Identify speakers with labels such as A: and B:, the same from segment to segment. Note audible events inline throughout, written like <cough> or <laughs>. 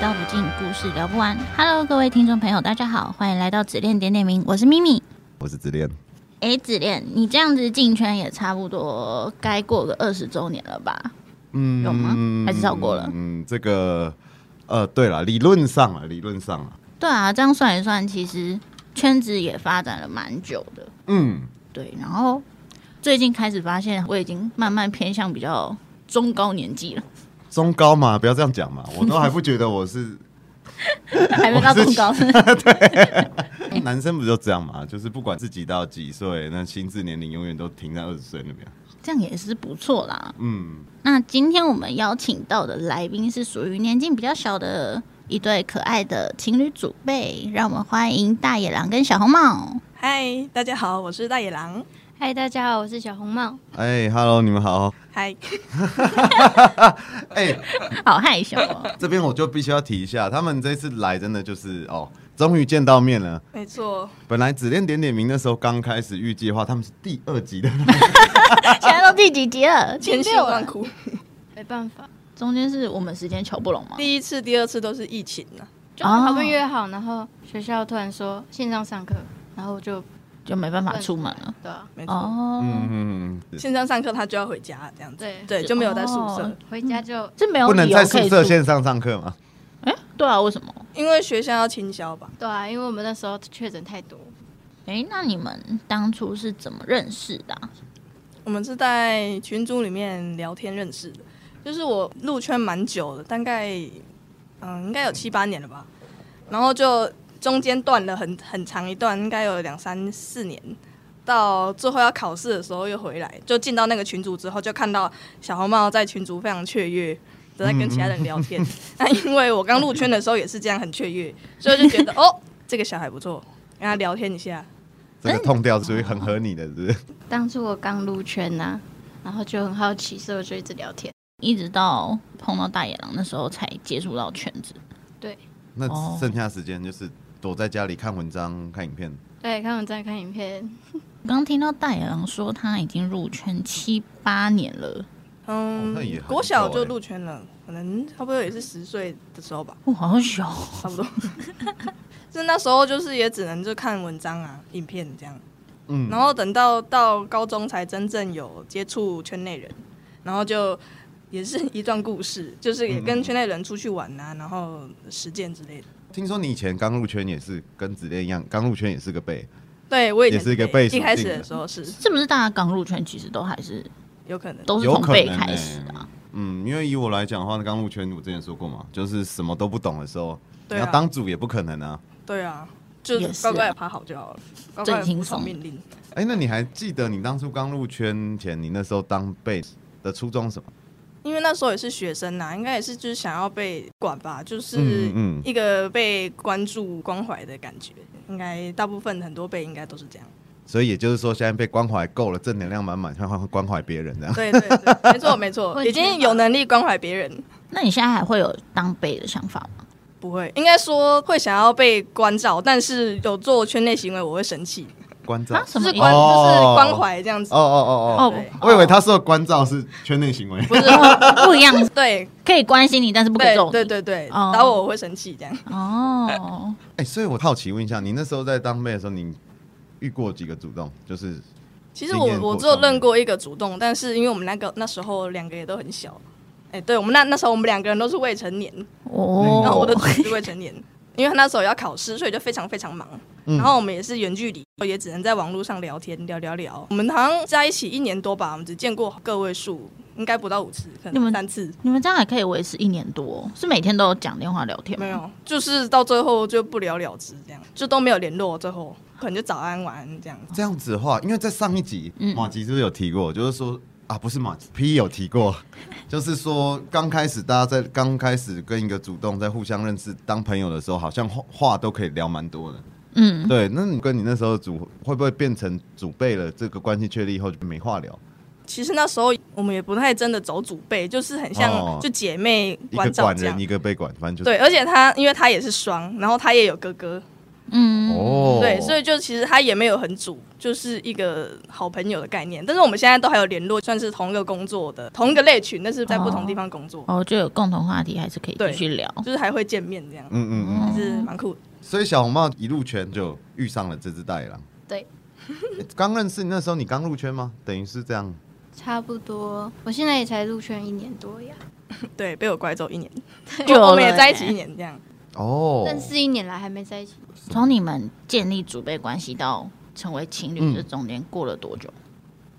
A: 道不尽，故事聊不完。Hello，各位听众朋友，大家好，欢迎来到只恋点点名，我是咪咪。
B: 我是自恋，
A: 哎，子恋，你这样子进圈也差不多该过个二十周年了吧？
B: 嗯
A: 有吗还是超过了
B: 嗯，这个，呃，对了，理论上啊，理论上啊，
A: 对啊，这样算一算，其实圈子也发展了蛮久的。
B: 嗯，
A: 对，然后最近开始发现，我已经慢慢偏向比较中高年纪了，
B: 中高嘛，不要这样讲嘛，我都还不觉得我是 <laughs>
A: 还没到中高。 <laughs>
B: 男生，不就这样嘛？就是不管自己到几岁，那心智年龄永远都停在二十岁那边。
A: 这样也是不错啦。
B: 嗯，
A: 那今天我们邀请到的来宾是属于年纪比较小的一对可爱的情侣组辈，让我们欢迎大野狼跟小红帽。
C: 嗨，大家好，我是大野狼。
D: 嗨，大家好，我是小红帽。
B: 哎，Hello，你们好。
C: 嗨，
B: 哎、
A: 好害羞哦！
B: 这边我就必须要提一下，他们这次来真的就是哦，终于见到面了。
C: 没错，
B: 本来只练点点名那时候刚开始预计的话，他们是第二集的，
A: 现在都第几集了？
C: 千啊辛
A: 第六
C: 万
A: 了。
C: 苦，
D: 没办法，
A: 中间是我们时间瞧不拢吗？
C: 第一次、第二次都是疫情啊。
D: 就好不容易约好，然后学校突然说线上上课，然后我就
A: 就没办法出门了。
D: 对啊，
C: 没错，
A: 哦，
B: 嗯嗯嗯，
C: 线上上课他就要回家这样子，
D: 对
C: 对，就没有在宿舍，
A: 哦
D: 回家就
A: 这没有
B: 不能
A: 理由
B: 在
A: 可
B: 宿
A: 以
B: 舍
A: 出
B: 线上上课吗？
A: 哎、对啊，为什么？
C: 因为学校要清销吧。
D: 对啊，因为我们那时候确诊太多，
A: 哎、那你们当初是怎么认识的啊、
C: 我们是在群组里面聊天认识的，就是我入圈蛮久的，大概嗯应该有七八年了吧，然后就中间断了很很长一段，应该有两三四年，到最后要考试的时候又回来，就进到那个群组之后，就看到小红帽在群组非常雀跃。的在跟其他人聊天，那、因为我刚入圈的时候也是这样很雀跃，所以就觉得哦，这个小孩不错，跟他聊天一下。
B: 这个痛调属于很合你的，是
C: 嗯
B: 不是？
D: 当初我刚入圈呐、然后就很好奇，所以我就一直聊天。
A: 一直到碰到大野狼的时候才接触到圈子。
B: 那
A: 哦
B: 剩下时间就是躲在家里看文章、看影片。
D: 对，看我在看影片，
A: 刚听到大野狼说他已经入圈七八年了，
C: 嗯，
B: 那也很
C: 国小
B: 久
C: 就
B: 欸
C: 入圈了，可能差不多也是十岁的时
B: <laughs>
C: 候吧，
A: 我好小。
C: 差不多。 <laughs> 就那时候就是也只能就看文章啊、影片这样，
B: 嗯，
C: 然后等到到高中才真正有接触圈内人，然后就也是一段故事，就是也跟圈内人出去玩啊，然后实践之类的。
B: 听说你以前刚入圈也是跟子恋一样，刚入圈也是个贝。
C: 对我以前
B: 也是一个
C: 对
B: 被
C: 一
B: 锁
C: 开始
B: 定的
C: 的时候
A: <laughs>
C: 是
A: 是不是大家刚入圈其实都还是
C: 有可能，
A: 都是
B: 有
A: 从
B: 可能
A: 背开始的啊、
B: 嗯，因为以我来讲的话，刚入圈我之前说过嘛，就是什么都不懂的时候，你
C: 对
B: 要
C: 啊，
B: 当主也不可能啊。
C: 对啊，就
A: 也是
C: 乖乖
A: 啊
C: 地爬好就好了，乖
A: 最
C: 乖地
A: 轻
C: 服从
A: 松
C: 命令。
B: 哎、那你还记得你当初刚入圈前，你那时候当贝的初衷是什么？
C: 因为那时候也是学生呐、应该也是就是想要被管吧，就是
B: 嗯嗯
C: 一个被关注关怀的感觉。应该大部分很多辈应该都是这样。 <laughs>
B: 所以也就是说，现在被关怀够了，正能量满满，才会关怀别人这样。
C: 对对对，没错没错，
D: 会
C: 已经有能力关怀别人，
A: 那你现在还会有当背的想法吗？
C: 不会，应该说会想要被关照，但是有做圈内行为我会生气，
B: 关照
A: 啊，
B: 哦
A: 什
C: 就
A: 么
C: 是
A: 意思？
C: 关、
B: 哦
C: 就是关怀这样子。
B: 哦哦哦，
C: 对
B: 我以为他说的关照是圈内行为。
C: 不是，
A: 不一样，
C: <laughs> 对
A: 可以关心你，但是哦不可以揍
C: 对
A: 你。
C: 对对对，
A: 哦
C: 打我我会生气这样。
A: 哦，
B: 哎、所以我好奇问一下，你那时候在当妹的时候，你遇过几个主动？就是
C: 其实
B: 经
C: 我
B: 验过
C: 我只有
B: 上面
C: 认过一个主动，但是因为我们那个那时候两个也都很小，哎、对我们那那时候我们两个人都是未成年，然后我
A: 哦
C: 的组是未成年，因为他那时候要考试，所以就非常非常忙。
B: 嗯
C: 然后我们也是远距离，也只能在网络上聊天，聊聊聊。我们好像在一起一年多吧，我们只见过个位数，应该不到五次，可
A: 你们
C: 能三次。
A: 你们这样还可以维持一年多，是每天都有讲电话聊天吗？
C: 没有，就是到最后就不了了之，这样就都没有联络。最后可能就早安晚安这样。
B: 这样子的话，因为在上一集、
A: 嗯
B: 马吉是不是有提过？就是说啊，不是马吉 P 有提过，就是说刚开始大家在刚开始跟一个主动在互相认识当朋友的时候，好像话话都可以聊蛮多的。
A: 嗯，
B: 对，那你跟你那时候的主会不会变成祖辈了？这个关系确立以后就没话聊，
C: 其实那时候我们也不太真的走祖辈，就是很像
B: 哦
C: 就姐妹
B: 一
C: 关
B: 个
C: 照
B: 管
C: 这样
B: 人，一。个被管，反正就是
C: 对，而且他因为他也是双，然后他也有哥哥，
A: 嗯，
B: 哦，
C: 对，所以就其实他也没有很主，就是一个好朋友的概念。但是我们现在都还有联络，算是同一个工作的同一个类群，但是在不同地方工作，
A: 哦，就有共同话题，还是可以
C: 对
A: 继续聊。
C: 就是还会见面这样，
B: 嗯嗯嗯，
C: 还是蛮酷的。
B: 所以小红帽一入圈就遇上了这只大野狼。
D: 对
B: 诶，刚认识你那时候，你刚入圈吗？等于是这样，
D: 差不多，我现在也才入圈一年多呀，
C: 对，被我拐走 <laughs> 一年，
A: 久了
C: 我们也在一起
A: 欸
C: 一年这样。
B: 哦，
D: 但是一年来还没在一起，
A: 从你们建立祖辈关系到成为情侣，
B: 嗯
A: 这中间过了多久？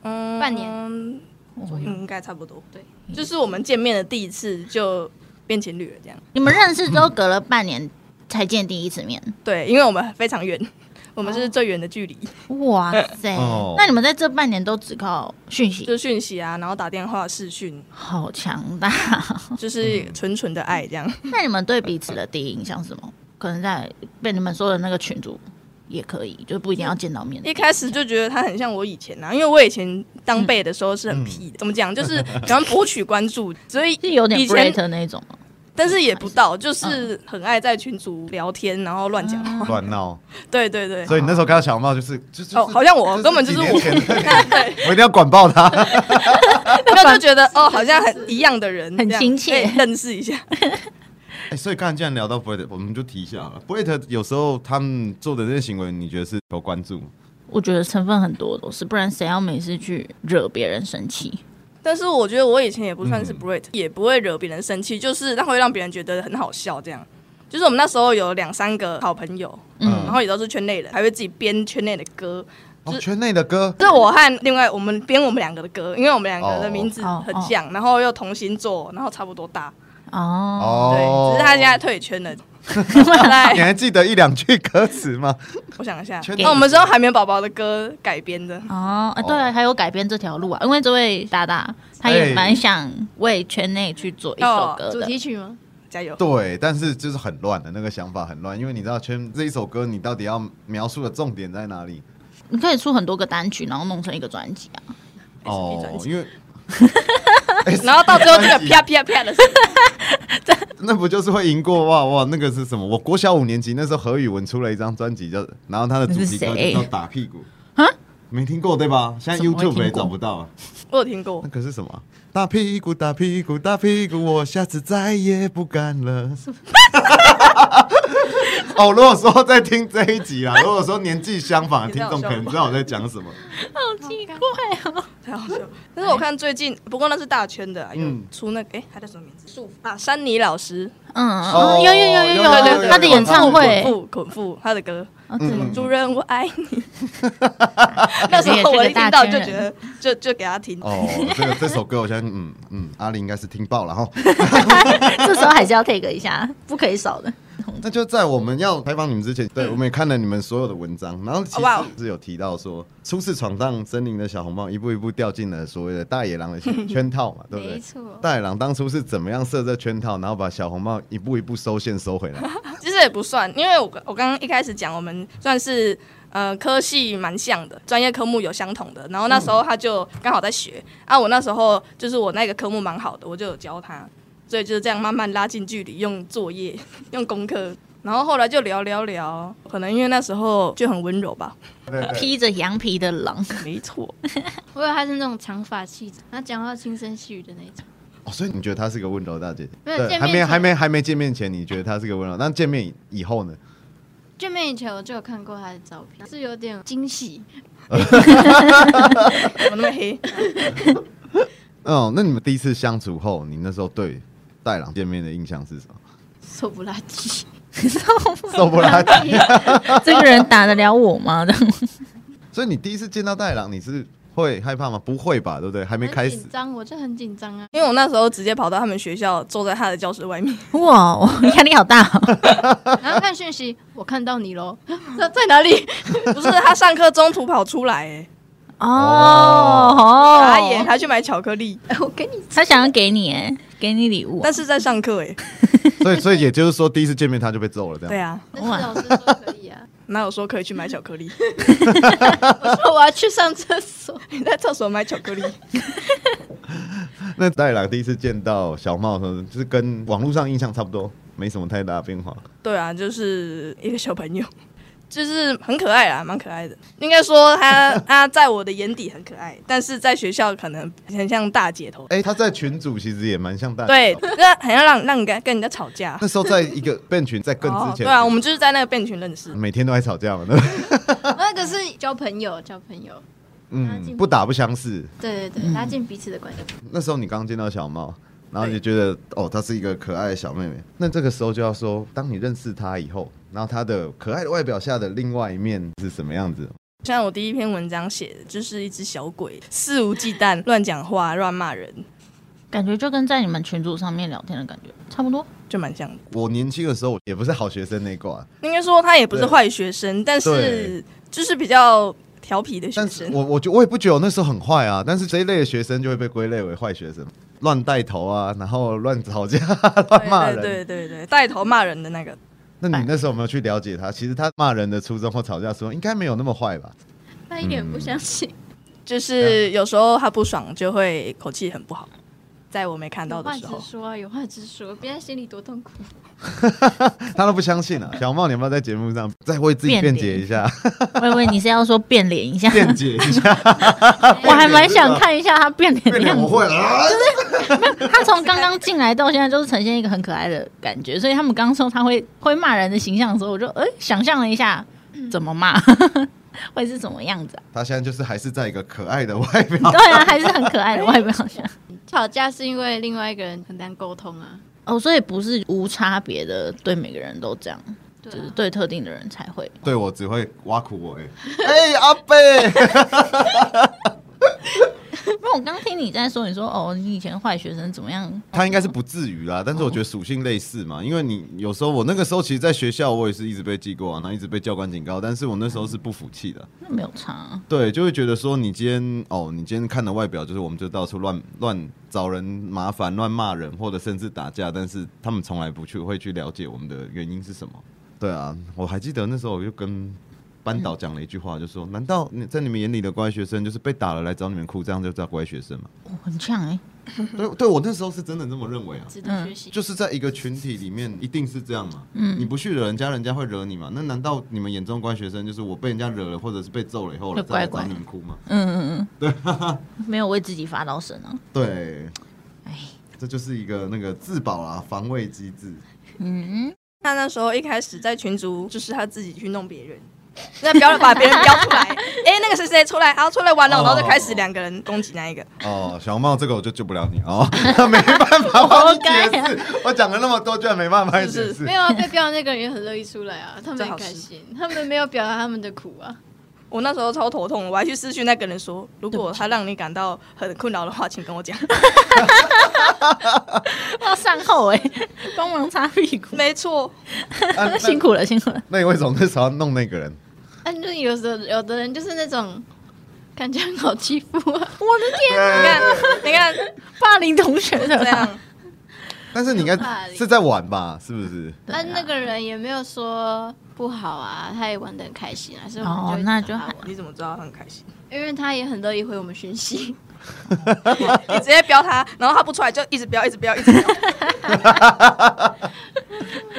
C: 嗯
D: 半年
C: 嗯，
A: 哦
C: 应该差不多。
D: 对，
C: 就是我们见面的第一次就变情侣了这样。
A: 你们认识之后，隔了半年才见第一次面。
C: 对，因为我们非常远， <laughs> 我们是
A: 哦
C: 最远的距离，
A: 哇塞！
B: 哦
A: 那你们在这半年都只靠讯息，
C: 就讯息啊，然后打电话、视讯，
A: 好强大。
C: 就是纯纯的爱这样。
A: 那你们对彼此的第一印象是什么？可能在被你们说的那个群组也可以，就不一定要见到面。
C: <laughs> 一开始就觉得他很像我以前啊，因为我以前当背的时候是很屁的，怎么讲，就是 <laughs> 喜欢博取关注，所以
A: <laughs> 是有点
C: 以
A: b
C: 前
A: r，的那嗯种吗
C: 但是也不到，就是很爱在群组聊天，然后乱讲
A: 哦
C: 话。
B: 乱闹。
C: 对对对，
B: 所以你那时候看到小红帽就是就是
C: 哦好像我根本就是
B: 几年
C: 我
B: 前
C: <laughs>
B: 的我一定要管爆他。 <laughs>
C: 然后就觉得哦，好像很一样的人，
A: 很
C: 这样
A: 亲切
C: 可以认识一下。
B: 哎、所以刚才既然聊到 Brett，我们就提一下了。Brett 有时候他们做的这些行为，你觉得是求关注吗？
A: 我觉得成分很多都是，不然谁要每次去惹别人生气？
C: 但是我觉得我以前也不算是
B: 嗯
C: Brit，、也不会惹别人生气，就是让会让别人觉得很好笑这样。就是我们那时候有两三个好朋友，
B: 嗯
C: 然后也都是圈内人，还会自己编圈内的歌。
B: 哦，圈内的歌
C: 这我和另外我们编我们两个的歌，因为我们两个的名字
A: 哦
C: 很像，然后又同星座，然后差不多大，
A: 哦，
C: 嗯对，
B: 哦，
C: 只是他现在退圈了。大
B: <laughs> 你
C: 概
B: 还记得一两句歌词吗？ <laughs>
C: 我想一下
B: 圈，内
C: 那我们是用海绵宝宝的歌改编的，
A: 哦，哎对啊，还有改编这条路啊，因为这位大大他也
B: 哎
A: 蛮想为圈内去做一首
C: 哦
A: 歌
D: 主
A: 的，
D: 题曲吗？
C: 加油！
B: 对，但是就是很乱的那个想法很乱，因为你知道圈这一首歌，你到底要描述的重点在哪里？
A: 你可以出很多个单曲，然后弄成一个专辑啊。
C: 专
B: 哦，
C: 辑
B: 因为
C: 然后到最后这个啪啪啪的声音，
B: <laughs> 那不就是会赢过哇哇那个是什么？我国小五年级那时候何宇文出了一张专辑叫，然后他的主题歌
A: 那是谁
B: 就叫《打屁股》
A: 啊，
B: 没听过对吧？现在
A: 怎么会
B: YouTube 也
A: 听过
B: 找不到啊。
C: 我有听过
B: 那，个是什么啊？大屁股，大屁股，大屁股，我下次再也不敢
A: <laughs>
B: 了。哦，如果说在听这一集啊，如果说年纪相仿的听众可能知道我在讲什么。
A: 好奇怪哦！
C: 太好笑了。但是我看最近，不过那是大圈的啊，有
B: 嗯
C: 出那个哎，他叫什么名字？束缚啊，山妮老师，
A: 嗯，
B: 哦
A: 嗯有有有有
B: 有有有
A: 有，
B: 有
A: 他的演唱会
C: 捆缚捆缚他的歌，
A: 哦，
B: 嗯
A: 对
B: 嗯
C: 主人我爱你。那时候我一听到就觉得，就就给他听。
B: 哦，这个这首歌我相信，嗯嗯，阿丽应该是听爆了哈。
A: 这时候还是要 take 一下，不可以少的。
B: 那就在我们要采访你们之前，对
D: 嗯
B: 我们也看了你们所有的文章，然后其
C: 哦哇哦
B: 实是有提到说，初次闯荡森林的小红帽，一步一步掉进了所谓的大野狼的圈圈套嘛，对不
D: 没
B: 对？
D: 错，
B: 大野狼当初是怎么样设这圈套，然后把小红帽一步一步收线收
D: <laughs>
B: 回来？
C: 其实也不算，因为我我刚刚一开始讲，我们算是呃科系蛮像的，专业科目有相同的。然后那时候他就刚好在学、啊，我那时候就是我那个科目蛮好的，我就有教他，所以就是这样慢慢拉近距离，用作业， <laughs> 用功课。然后后来就聊聊聊，可能因为那时候就很温柔吧，
B: 对对
A: 披着羊皮的狼，
C: 没错，
D: 我以为他是那种长发气质，然后讲话轻声细语的那种，
B: 哦，所以你觉得她是个温柔大姐姐？
D: 没有
B: 对，
D: 见面
B: 还没
D: 前
B: 还没还没见面前，你觉得她是个温柔？那见面以后呢？
D: 见面以前我就有看过他的照片，是有点惊喜，
C: 怎么那么黑？
B: 嗯，那你们第一次相处后，你那时候对大野狼见面的印象
D: <laughs>
B: 是什么？<laughs>
D: 瘦不拉几。
B: 受不
D: <laughs>
B: 了 <laughs> 她。
A: 这个人打得了我吗？这样
B: 所以你第一次见到大野狼，你是会害怕吗？不会吧，对不对？还没
D: 很
B: 开始
D: 紧，张，我就很紧张啊。 <laughs>
C: 因为我那时候直接跑到他们学校，坐在他的教室外面， <laughs>
A: 哇，我压力好大哦！
D: 然后看讯息，我看到你喽，在 <laughs> 在哪里？
C: 不是他上课中途跑出来、欸，
A: 哦，
C: 打野他去买巧克力，
D: 我给你
A: 他想要给你，哎，给你礼物啊。
C: 但是在上课哎、
B: <laughs> 所以所以也就是说，第一次见面他就被揍了，这
C: 对
B: 样。
C: 啊，
D: 那是老师说可以啊， <laughs>
C: 哪有说可以去买巧克 <laughs> 力？
D: 我说我要去上厕所，
C: <laughs> 你在厕所买巧克力，
B: 那大野狼第一次见到小茂的时候，就是跟网络上印象差不多，没什么太大的变化。
C: <laughs> 对啊，就是一个小朋友，就是很可爱啊，蛮可爱的。应该说 <laughs> 她她在我的眼底很可爱，但是在学校可能很像大姐头，
B: 哎、他在群组其实也蛮 <laughs> 像大家
C: 对，那很像让让人家跟人家吵架。
B: 那时候在一个 <laughs> b 群，在更
C: 哦
B: 之前，
C: 对啊，我们就是在那个变群认识。
B: 每天都在吵架嘛，对吧
D: 那个是交朋友，交朋友，啊
B: 嗯，
D: 进
B: 不打不相识。
D: 对
C: 嗯
D: 对对，拉近彼此的关系。
B: 那时候你刚见到小茂，然后你就觉得哦，她是一个可爱的小妹妹。那这个时候就要说，当你认识她以后，然后她的可爱的外表下的另外一面是什么样子？
C: 像我第一篇文章写的，就是一只小鬼，肆无忌惮、乱讲话、乱骂人，
A: 感觉就跟在你们群组上面聊天的感觉差不多。
C: 就蛮像的。
B: 我年轻的时候也不是好学生那一挂，
C: 应该说他也不是坏学生，但是就是比较调皮的学
B: 但是
C: 生。
B: 我我觉我也不觉得我那时候很坏啊，但是这一类的学生就会被归类为坏学生，乱带头啊，然后乱吵架、 <laughs> 乱骂人。
C: 对对对对，带头骂人的那个，
B: 那你那时候有没有去了解他？其实他骂人的初衷或吵架初衷应该没有那么坏吧？ <laughs>
D: 他一点不相信，
C: 嗯
B: 嗯
C: 就是有时候他不爽就会口气很不好，在我没看到
D: 有
C: 的
D: 话
C: 时候
D: 直，说啊，有话直说，别人心里多痛苦。
B: 他都不相信 <laughs> 啊。小茂，你要不要在节目上再为自己辩解一下？
A: 微微，你是要说变脸一下？
B: <laughs> 辩解一下，
A: 我还蛮想看一下他变脸的
B: 辩
A: 样
B: 解 <laughs> 我
A: 子。
B: 会了啊。
A: 他从刚刚进来到现在，就是呈现一个很可爱的感觉。所以他们刚刚说他会会骂人的形象的时候，我就哎、想象了一下怎么骂， <laughs> 会是什么样子、啊？
B: 他现在就是还是在一个可爱的外 <laughs>
A: <laughs>
B: 表。
A: 对啊，还是很可爱的外表下。
D: 吵架是因为另外一个人很难沟通啊，
A: <laughs> 哦，所以不是无差别的对每个人都这样，
D: 对
A: 就是
C: 嗯
D: 啊，
A: 对特定的人才会。
B: 对我只会挖苦我哎、 <laughs> 哎、阿贝，
A: 因为我刚听你在说，你说哦，你以前坏学生怎么样？
B: 他应该是不至于啦，但是我觉得属性类似嘛，因为你有时候我那个时候其实，在学校我也是一直被记过啊，然后一直被教官警告，但是我那时候是不服气的，
A: 那没有差、啊。
B: 对，就会觉得说你今天哦，你今天看的外表就是我们就到处乱乱找人麻烦、乱骂人，或者甚至打架，但是他们从来不去会去了解我们的原因是什么。对啊，我还记得那时候我就跟班导讲了一句话，就说：难道你在你们眼里的乖学生就是被打了来找你们哭，这样就叫乖学生吗？
A: 哦很呛哎、
B: 嗯对，对我那时候是真的这么认为啊。
D: 值得学习。
B: 就是在一个群体里面，一定是这样嘛。嗯，你不去惹人家，人家会惹你嘛。那难道你们眼中乖学生就是我被人家惹了，或者是被揍了以后了，
A: 就乖
B: 再来
A: 乖
B: 找你们哭吗？
A: 嗯嗯 <laughs> 嗯，对，没有为自己发到声啊。
B: 对，
A: 哎，
B: 这就是一个那个自保啊，防卫机制。
A: 嗯，
C: 他那时候一开始在群组，就是他自己去弄别人。那不要把别人标出
D: <laughs>
C: 来，哎、那个谁谁出来，然后出来玩了，然后就开始两个人攻击那一个。
B: 哦，小茂，这个我就救不了你哦，没办法帮你解释。我讲了那么多，居然没办法帮你解
C: 是
B: 释
D: 没。有啊，被标的那个人也很乐意出来啊，他
C: 这
D: 们
C: 好
D: 很开心，他们没有表达他们的苦啊。
C: 我那时候超头痛，我还去私讯那个人说，如果他让你感到很困扰的话，请跟我讲。 <laughs>
A: 要善后哎、帮忙擦屁 <laughs> 股，
C: 没错，
B: 啊
A: <laughs>
B: 那
A: 辛苦了，辛苦了。
B: 那你为什么那时候要弄那个人？
D: 但就是有时候有的人就是那种感觉很好欺负啊，
A: 我的天，
C: 你看，你看
A: 霸凌同学的
C: 这
A: 啦，
C: 样，
B: 但是你应
D: 霸
B: 该
D: 凌
B: 是在玩吧？是不是？
A: 对啊
D: 但那个人也没有说不好啊，他也玩的很开心啊，所以我
A: 哦
D: 们就
A: 那
D: 一直
A: 就
D: 找他
A: 还
D: 玩
C: 你怎么知道他很开心？
D: 因为他也很乐意回我们讯息，
C: 你直接标他，然后他不出来就一直标，一直标，一直标。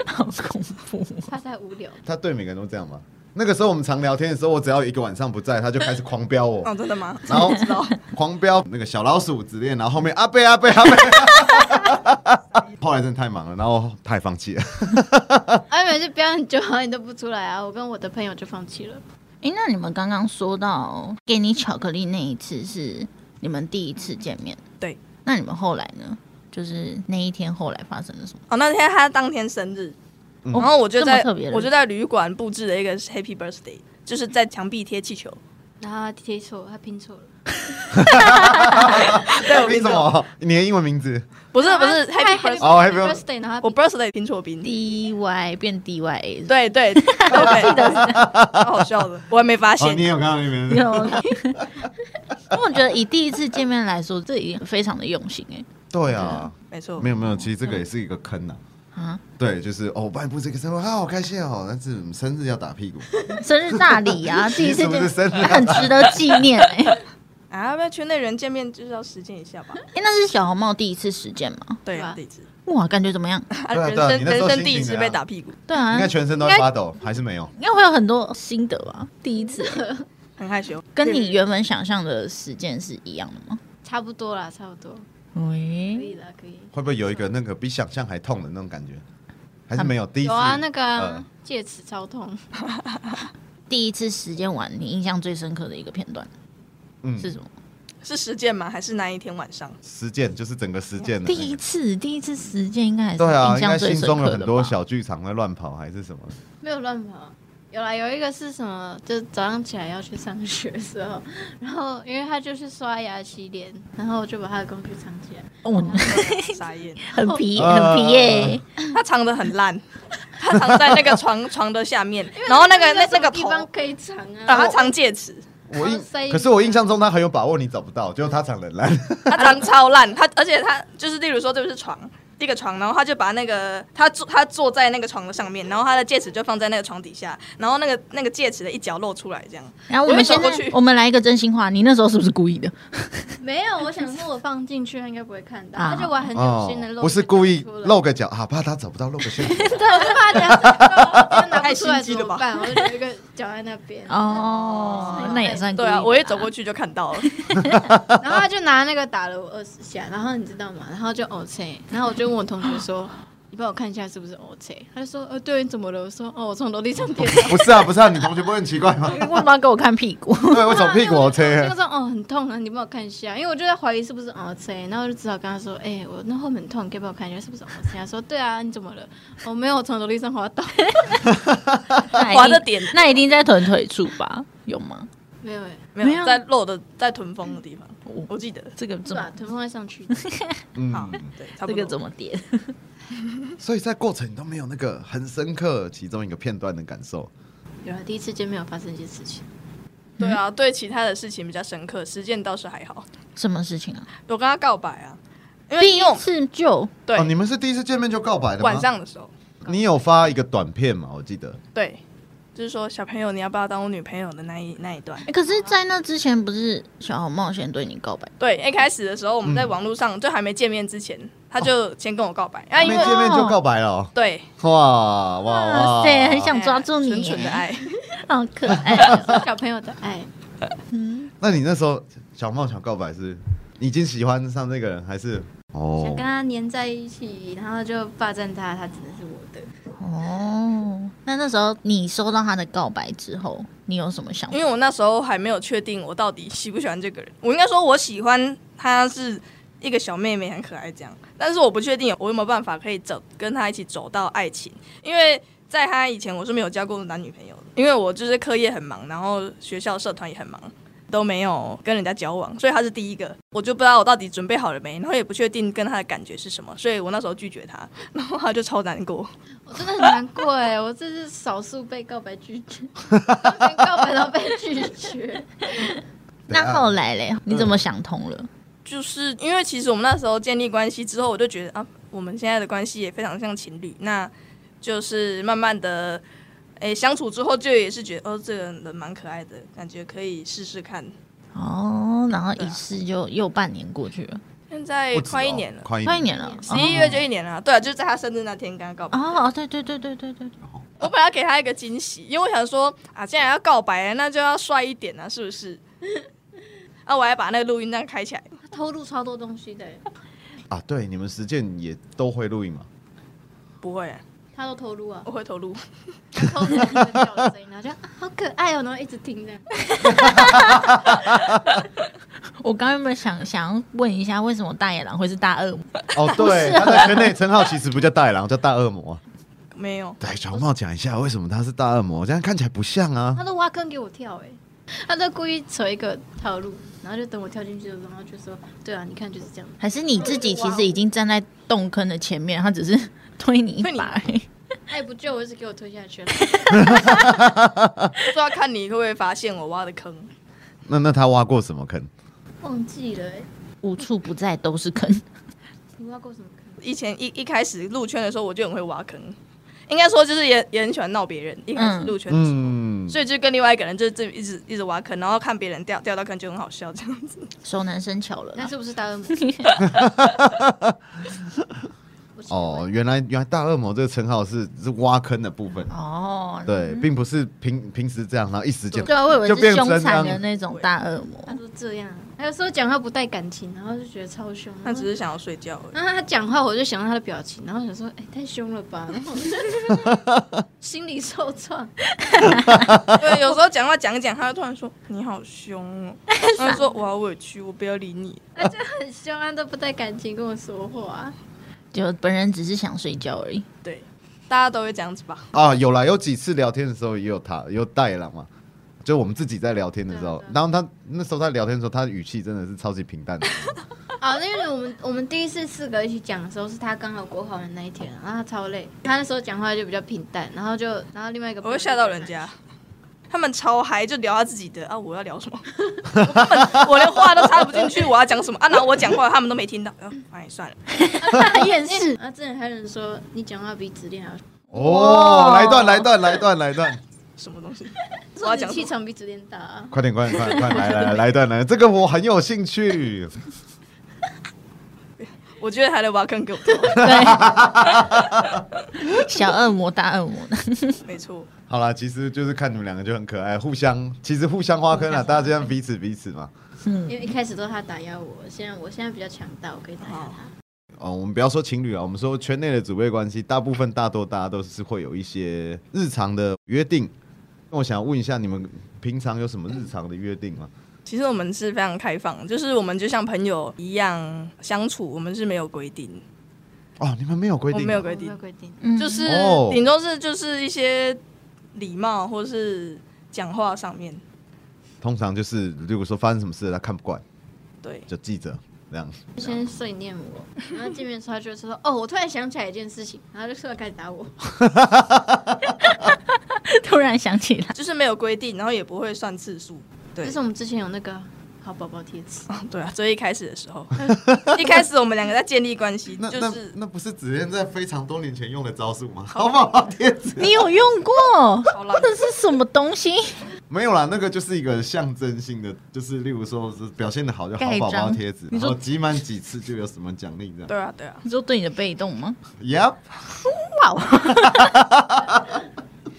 A: 好恐怖。
D: 怕他无聊。
B: 他对每个人都这样吗？那个时候我们常聊天的时候，我只要有一个晚上不在，他就开始狂飙我。
C: 哦，真的吗？
B: 然
C: <laughs>
B: 后狂飙那个小老鼠之恋，然后后面阿啊贝阿贝阿贝，啊 <laughs> 后来真的太忙了，然后他也放弃了。
D: 啊，每次标很久啊，你都不出来啊，我跟我的朋友就放弃了。
A: 哎、那你们刚刚说到给你巧克力那一次是你们第一次见面，
C: 对？
A: 那你们后来呢？就是那一天后来发生了什么？
C: 哦，那天他当天生日，
B: 嗯
C: 然后我就
A: 这么
C: 在
A: 特别的日子
C: 我就在旅馆布置了一个 Happy Birthday，就是在墙壁贴
B: <laughs>
C: 气球。
D: 然后他贴错，他拼错了，
C: 对，我
B: 凭
C: 拼
B: 什
C: 错，
B: 么？ <laughs> 你的英文名字？
C: 不是不是
D: 啊他还
C: Happy Birthday，
B: 哦，Happy
D: birthday，然后
C: 我
D: 我
C: Birthday 拼错冰。
A: D Y 变 D Y A，
C: 对对对对， <laughs> 超好笑的，我还没发
B: 哦，
C: 现
B: 你。也有看到那
A: 有，
B: 边？
A: <laughs> 因为我觉得以第一次见面来说，这已经非常的用心哎、
B: 对啊，
C: 没错
B: 没，有没有，其实这个也是一个坑呐、
A: 啊，
B: 对，就是哦，我帮你布置一个生日，啊，好开心哦，但是嗯生日要打屁股。
A: <laughs> 生日大礼啊，第一次
B: 你什么
A: 见
B: 是生日大礼
A: 很值得纪念哎、
C: 啊，要不要圈内人见面就是要实践一下吧？
A: 哎、那是小红帽第一次实践吗？
C: 对
D: 吧
C: 啊，地址，
A: 哇，感觉怎么样？
C: 啊
B: 对啊
C: 人
B: 对啊
C: 生
B: 你那时候
C: 人
B: 心
C: 生第一
B: 情
C: 次
B: 怎
C: 被
B: 样
C: 打屁股，
A: 对啊
B: 应，该全身都在发抖，还是没有？
A: 应该会有很多心得吧？第一次
C: 很害羞。
A: 跟你原本想象的实践是一样的吗？
D: 差不多啦，差不多，可
A: 喂，
D: 以啦，可以。
B: 会不会有一个那个比想象还痛的那种感觉？还是没有？第一次
D: 有啊，那个啊
B: 呃
D: 戒尺超痛，
A: 第一次实践完，你印象最深刻的一个片段
B: 嗯
A: 是什么？
C: 是实践吗？还是那一天晚上？ <laughs>
B: 实践就是整个实践的
A: 嗯第
B: 那个
A: 一次，第一次实践应该还是
B: 对啊，
A: 印
B: 应该
A: 象最
B: 心
A: 深
B: 中有
A: 刻
B: 很
A: 的
B: 多
A: 吧？
B: 小剧场在乱跑还是什么？
D: 没有乱跑。有啦，有一个是什么？就是早上起来要去上学的时候，然后因为他就去刷牙洗脸，然后我就把他的工具藏起来，
A: 哦，
C: 傻眼，
A: 很皮，
B: 呃
A: 很皮耶！
C: 他藏的很烂，他藏在那个床床的下面，然哦后那个那那个
D: 地
C: 头，
D: 方可以藏啊，
C: 然后他藏戒指，
B: 我
D: 然后塞
B: 印可是我印象中他很有把握，你找不到，结果他藏得烂。
C: 他藏超烂，他而且他就是例如说这个是床。一个床，然后他就把那个他坐他坐在那个床的上面，然后他的戒指就放在那个床底下，然后那个那个戒指的一角露出来，这样
A: 然后我
C: 我
A: 们
C: 会
A: 现
C: 走
A: 在
C: 过去
A: 我们来一个真心话，你那时候是不是故意的？
D: 没有，我想说我放进去，他应该不会看到，
A: 啊
D: 他就玩很有心的露，
B: 哦不是故意露，个脚啊，怕他找不到露个
A: <laughs>
B: 线。
D: 对，我就怕他他拿不出来
C: 太心机
D: 怎
C: 了吧
D: 么办？我就有一个脚在那边，
A: 哦， <laughs> 那也算故意
C: 对
A: 的
C: 啊，我一走过去就看
A: <laughs>
C: 到了，
D: 然后他就拿那个打了我二十下，然后你知道吗？然后就 OK，然后我就问我同学说：“你帮我看一下是不是 OK？” 他就说：“呃，对，你怎么了？”我说：“哦，我从楼梯上跌倒。
B: 不是啊，不是啊，你同学不会很奇
A: <laughs>
B: 怪吗？
A: 为什么要给我看屁股？
B: 对我从屁股我”
D: 他
B: 切
D: 就，说：“哦，很痛啊，你帮我看一下。”因为我就在怀疑是不是 OK，然后我就只好跟他说：“哎、我那后面很痛，你可以帮我看一下是不是 OK？” 他说：“对啊，你怎么了？”我、没有，我从楼梯上滑倒。
A: <laughs> 那一定
C: 滑的点
A: 那一定在臀腿处吧？有吗？
D: 没有哎、
C: 没
A: 没有啊
C: 有在露的在臀峰的地方，
A: 我
C: 我记得，
A: 这个
D: 是
A: 怎
D: 吧
A: 么？
D: 臀放在上去，
C: 好
B: 嗯，，
C: 对，差不
A: 这
C: 多。
A: 个怎么点？
B: 所以在过程你都没有那个很深刻其中一个片段的感受。
D: 有了第一次见面有发生一些事情，
C: 对啊，对其他的事情比较深刻，实践倒是还好。
A: 什么事情啊？
C: 我跟他告白啊，因为
A: 第
C: 因为我
A: 一
C: 们
A: 次就
C: 对、
B: 哦，你们是第一次见面就告白的吗？
C: 晚，上的时候，
B: 你有发一个短片嘛？我记得
C: 对，就是说小朋友你要不要当我女朋友的那一那一段。
A: 欸可是，在那之前不是小红冒险对你告白？
C: 对，一开始的时候我们在网络上、就还没见面之前，他就先跟我告白，
A: 哎
C: 啊，
B: 没
C: 因为
B: 见面就告白了哦，
C: 对，哎
B: 哇哇哇！
A: 哇塞，很想抓住
C: 纯
A: 你，
C: 纯的，爱，
A: 好可爱哦。
D: 小朋友的爱。
B: 那你那时候小梦想告白是你已经喜欢上这个人，还是
D: 想
B: 哦
D: 跟？他黏在一起，然后就霸占他，他只能是我的。
A: 哦，那那时候你收到他的告白之后，你有什么想法
C: 因？为我那时候还没有确定我到底喜不喜欢这个人，我应该说我喜欢她是一个小妹妹，很可爱这样，但是我不确定我有没有办法可以走跟她一起走到爱情，因为在她以前我是没有交过男女朋友的，因为我就是课业很忙，然后学校社团也很忙。都没有跟人家交往，所以她是第一个，我就不知道我到底准备好了没，然后也不确定跟她的感觉是什么，所以我那时候拒绝她，然后她就超难过。
D: 我真的很难过哎，我这是少数被告白拒绝，连告白都被拒绝。
B: 啊
A: 那后来嘞，你怎么想通了？
C: 就是因为其实我们那时候建立关系之后，我就觉得啊，我们现在的关系也非常像情侣。那就是慢慢的，诶、相处之后就也是觉得哦，这个人蛮可爱的，感觉可以试试看。
A: 哦，然后一试就又半年过去了，
C: 现在
B: 不止哦
C: 快一年了，
B: 快一
A: 快一
B: 年，
A: 年了，
C: 十一月就一年了。对啊，就是在他生日那天跟他告白。
A: 哦。哦，对对对对对对，对
C: 我本来要给他一个惊喜，因为我想说啊，既然要告白了，那就要帅一点啊，是不是？ <laughs> 啊，我还把那个录音档开起来。
D: 他偷录超多东西的，
B: 啊！对，你们实践也都会录影 <laughs> 嘛？
C: 不会、啊，
D: 他都偷录啊，
C: 我会投入。
D: 偷录他们叫的声音，然后就啊好可爱哦，然后一直听这样。
A: 我刚原本想想要问一下，为什么大野狼会是大恶魔？
B: 哦，对，他在圈内称号其实不叫大野啊狼，叫大恶魔。 <laughs>
C: 没有，
B: 来，小茂讲一下为什么他是大恶魔，这样看起来不像啊
D: <laughs> 他。都挖坑给我跳哎、他都故意扯一个套路，然后就等我跳进去的时候，然后就说：“对啊，你看就是 <laughs> 这样。
A: 还是你自己其实已经站在洞坑的前面，他只是推你一
C: 推你
A: 把而已？”
D: 爱哎不救，我就是给我推下去了。
C: 就要看你会不会发现我挖的坑。
B: 那那他挖过什么坑？
D: 忘记了、欸，
A: 无处不在都是坑。
D: 你挖过什么坑？
C: 以前一一开始入圈的时候，我就很会挖坑，应该说就是也也很喜欢闹别人，一开始
A: 嗯
C: 入圈的时候
B: 嗯，
C: 所以就跟另外一个人就是自己一直一直挖坑，然后看别人掉掉到坑就很好笑这样子。
A: 熟能生巧了啦。
D: 那是不是大恶魔？
B: 哦，原来原来大恶魔这个称号是是挖坑的部分，
A: 哦，
B: 对，并不是平平时这样，然后一时间
A: 对啊，我以为
B: 就变
A: 是
B: 成
A: 凶残
B: 这
A: 的
B: 样
A: 那种大恶魔。
D: 他都这样，他有时候讲话不带感情，然后就觉得超凶。
C: 他只
D: 是，
C: 是想要睡觉而已。
D: 然后他讲话，我就想到他的表情，然后想说，哎、太凶了吧，然后我 <laughs> 心里受创。
C: 对，有时候讲话讲一讲，他就突然说：“你好凶哦。”他就说：“我好委屈，我不要理你。
D: 他就很凶，他都不带感情跟我说话。
A: 就本人只是想睡觉而已。”
C: 对，大家都会这样子吧？
B: 啊，有啦，有几次聊天的时候也有他，也有带了嘛，就我们自己在聊天的时候
D: 对，
B: 然后他那时候他聊天的时候，他的语气真的是超级平淡的，
D: 啊，因为我们我们第一次四个一起讲的时候，是他刚好国考完那一天，然后他超累，他那时候讲话就比较平淡，然后就然后另外一个
C: 我会吓到人
D: <laughs>
C: 家。他们超嗨，就聊他自己的啊！我要聊什么？ <laughs> 我根本我连话都插不进去，我要讲什么啊？然后我讲话，他们都没听到。嗯，哎，算了，
D: 厌世。啊，之前还有人说你讲话比指令还要，
B: 哦，来一段，来一段，来一段，来一段，
C: 什么东西？我
D: 说
C: 要
D: 你
C: 讲什
D: 气
C: 么
D: 场比指令大、啊。
B: 快点，快点，快点，快点，来来来，来一段，来，这个我很有兴趣，
C: 我觉得还得挖坑给我跳。 <laughs>
A: 对，小恶魔、大恶魔的，
C: 没错，
B: 好啦，其实就是看你们两个就很可爱，互相其实互相挖坑啦，大家这样彼此彼此嘛。
A: 嗯，
D: 因为一开始都是他打压我，现在我现在比较强大，我可以打压他。
B: 哦，我们不要说情侣啊，我们说圈内的组辈关系，大部分大多大家都是会有一些日常的约定。那我想问一下，你们平常有什么日常的约定吗？
C: 其实我们是非常开放，就是我们就像朋友一样相处，我们是没有规定，
B: 哦，你们没有规
C: 我
B: 定，
C: 们没有
D: 我
C: 规
D: 没
C: 定
D: 有，规定，
A: 嗯
C: 就是
B: 哦
C: 顶多是就是一些礼貌或是讲话上面，
B: 通常就是如果说发生什么事，他看不惯
C: 对，
B: 就记着这样。
D: 先碎念我，然后见面的时候他就说：“哦，我突然想起来一件事情。”然后就突然开始打我。
A: 嗯突然想起来，
C: 就是没有规定，然后也不会算次数，对
D: 这是我们之前有那个好宝宝贴纸，
C: 啊， <laughs> 对啊，最一开始的时
B: <laughs>
C: 候，一开始我们两个在建立关系，
B: 那、
C: 就是
B: 那那不是子燕在非常多年前用的招数吗？
A: 哦
B: 好不好？贴纸
A: 你有用过？
C: 好啦
A: 或者是什么东西？
B: 没有啦，那个就是一个象征性的，就是例如说是表现的好就好
A: 盖
B: 宝宝
A: 章
B: 贴纸，
A: 你
B: 然
A: 说
B: 后集满几次就有什么奖励这样。
C: 对啊对啊，
A: 你说 <laughs> 对你的被动吗？
B: Yep，
A: 哇哦，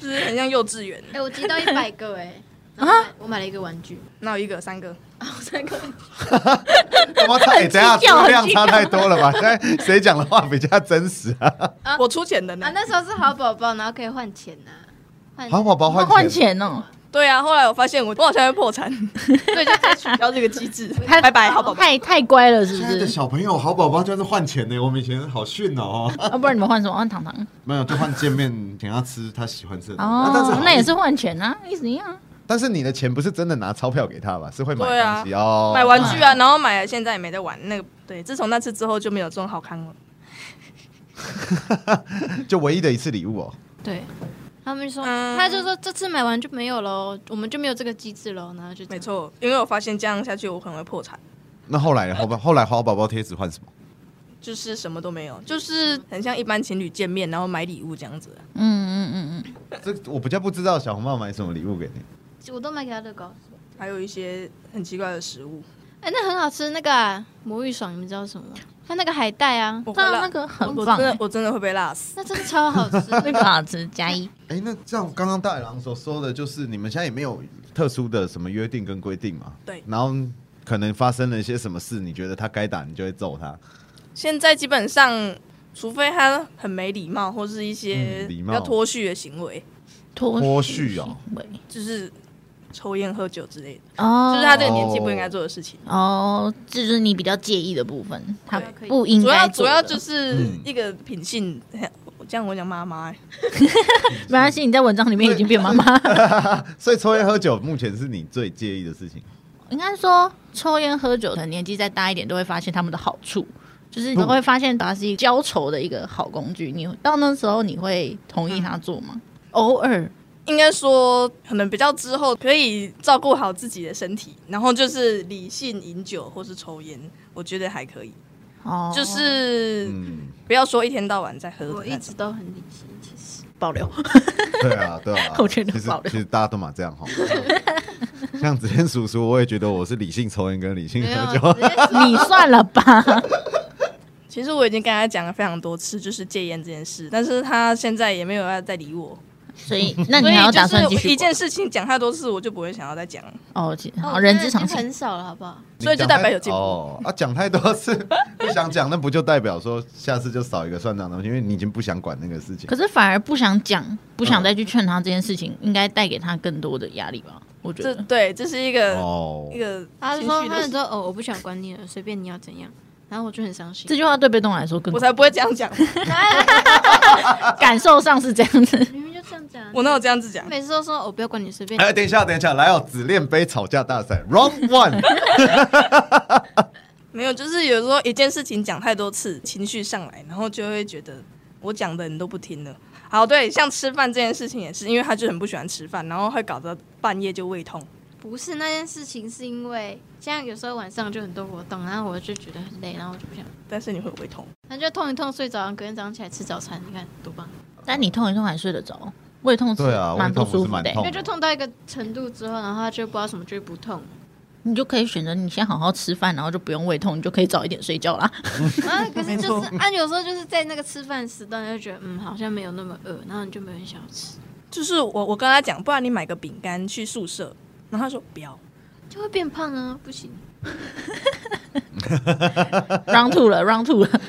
C: 就是很像幼稚园，
D: <laughs> 哎、我集到一百个哎、然后我买我买了一个玩具，
C: 那有一个三个，
D: 三个
B: 怎么太、欸、等一下
A: 计较
B: 质量
A: 很计
B: 差太多了
A: <laughs>
B: 吧？现在谁讲的话比较真实啊？
D: 啊
C: 我出钱的呢
D: 啊，，那时候是好宝宝，然后可以换钱啊呐、换
B: 好宝宝
A: 要
B: 换
A: 哎换
B: 钱，
A: 钱哦，
C: 对啊，后来我发现我我好像会破产，
D: 对，就直接
C: 取消这个机制，
A: 太
C: 拜拜，好宝宝，
A: 太太乖了，是不
B: 现在的
A: 是？
B: 小朋友好宝宝就是换钱呢、我们以前好逊
A: <laughs>
B: 哦、
A: 要啊不然你们换什么？换糖糖
B: 没有就换见面，请他吃他喜欢吃的东西。啊但是
A: 哦
B: 好，
A: 那也是换钱啊，意思一样啊。
B: 但是你的钱不是真的拿钞票给他吧？是会买
C: 对啊
B: 东西、哦，
C: 买玩具啊，然后买了现在也没在玩那个，对，自从那次之后就没有这种好看了。
B: 就唯一的一次礼物哦。
D: 对。他们说，
C: 嗯
D: 他就说这次买完就没有喽，我们就没有这个机制喽，然后就这样
C: 没。错，因为我发现这样下去我可能会破产，
B: 那后来呢，后
C: 呃
B: 后来好宝宝贴纸换什么？
C: 就是什么都没有，就是很像一般情侣见面然后买礼物这样子。
A: 嗯嗯嗯嗯，
B: 这我比较不知道小红帽买什么礼物给你。
D: 我都买给他乐高，
C: 还有一些很奇怪的食物，
D: 哎、那很好吃，那个、啊、魔芋爽，你们知道什么吗？它那个海带啊，
C: 我
A: 对
C: 会
A: 啊，
C: 辣
A: 那个很
C: 我
A: 棒
C: 真，的我真的会被辣死。
D: 那真的超好吃。
A: 那个好吃，加一。
B: 哎、那这样刚刚大野狼所说的就是你们现在也没有特殊的什么约定跟规定嘛？
C: 对
B: 然后可能发生了一些什么事，你觉得他该打，你就会揍他。 <laughs>
C: 现在基本上，除非他很没礼貌或是一些
B: 嗯礼
C: 比
B: 貌
C: 较脱序的行为，
A: 脱
B: 脱序哦
A: 行为
C: 就是抽烟喝酒之类的，
A: 哦，
C: 就是他这个年纪不应该做的事情。
A: 哦，这就是你比较介意的部分，他
D: 对
A: 不应
C: 主
A: 该
C: 要
A: 做
C: 啊主
A: 的
C: 要就是
B: 嗯
C: 一个品性，这样我讲妈妈、欸
A: 没关系，你在文章里面已经变妈妈。
B: 所以抽烟喝酒目前是你最介意的事情。
A: 应该说，抽烟喝酒，可能年纪再大一点，都会发现他们的好处，就是你会发现它是一个交愁的一个好工具。你到那时候，你会同意他做
C: 嗯
A: 吗？偶尔，
C: 应该说，可能比较之后可以照顾好自己的身体，然后就是理性饮酒或是抽烟，我觉得还可以。
A: 哦，
C: 就是
B: 嗯，
C: 不要说一天到晚在喝的
D: 我
C: 那
D: 一
C: 种
D: 直都很理性，其实
A: 爆料，，
B: <laughs> 对啊，对啊
C: <laughs>
A: 我觉得
B: 其实
A: 爆料
B: 其实大家都嘛这样哈。 <laughs> 像子健叔叔，我也觉得我是理性抽烟跟理性
D: 没有啊
B: 喝
D: 直
B: 酒。 <laughs>
D: 接
A: <laughs> <laughs>
D: 说
A: 你算了吧。
C: 其实我已经跟他讲了非常多次，就是戒烟这件事，但是他现在也没有要再理我。
A: 所以，那你
C: 所以
A: 还有
C: 就
A: 打算
C: 是
A: 继续
C: 一件
A: 过
C: 事情讲太多次，我就不会想要再讲了。
A: 哦，其
D: 哦
A: 好
D: 我
A: 人
D: 觉
A: 之
D: 得已
A: 常
D: 经
A: 情。
D: 很少了，好不好？
C: 所以就代表有进步
B: 哦啊，讲太多次不想讲，那不就代表说下次就少一个算账的东西，因为你已经不想管那个事情
A: 可。是反而不想讲，不想再去劝他这件事情，应该带给他更多的压力吧？我觉
C: 这
A: 得。
C: 对，这是一个、
B: 哦
C: 一，个
D: 他就
C: 情
D: 说
C: 绪
D: 他
C: 的
D: 就说哦，我不想管你了，随便你要怎样。然后我就很伤心
A: 这，句话对被动来说更
C: 我才不会这
A: <laughs>
C: 样讲，
A: 感受上是这样子，
D: <laughs>
A: <laughs>
D: 明明就这样讲啊。
C: 我哪有这样子讲？
D: 每次都说我不要管你，随便
C: 呃
D: 你。
B: 哎，等一下，等一下，来哦，紫恋杯吵架大赛，Round One， <laughs>
C: 没有，就是有时候一件事情讲太多次，情绪上来，然后就会觉得我讲的你都不听了。好，对，像吃饭这件事情也是，因为他就很不喜欢吃饭，然后会搞得半夜就胃痛。
D: 不是那件事情，是因为像有时候晚上就很多活动，然后我就觉得很累，然后我就不想，
C: 但是你会有胃痛，
D: 那就痛一痛睡着，然后隔天早上起来吃早餐，你看多棒！
A: 但你痛一痛还睡得着，胃痛是
B: 对啊
A: 蛮不
B: 胃痛
A: 舒
B: 是
A: 服
B: 蛮
A: 的欸、
B: 痛
D: 因为就痛到一个程度之后，然后他就不知道什么就会不痛，
A: 你就可以选择你先好好吃饭，然后就不用胃痛，你就可以早一点睡觉啦。
D: 啊，可是
C: 没
D: 就
C: 错
D: 是啊，有时候就是在那个吃饭时段就觉得嗯好像没有那么饿，然后你就没有很想要吃，
C: 就是我我跟他讲，不然你买个饼干去宿舍，然后他说不要，
D: 就会变胖啊，不行。
A: round two 了，round two 了，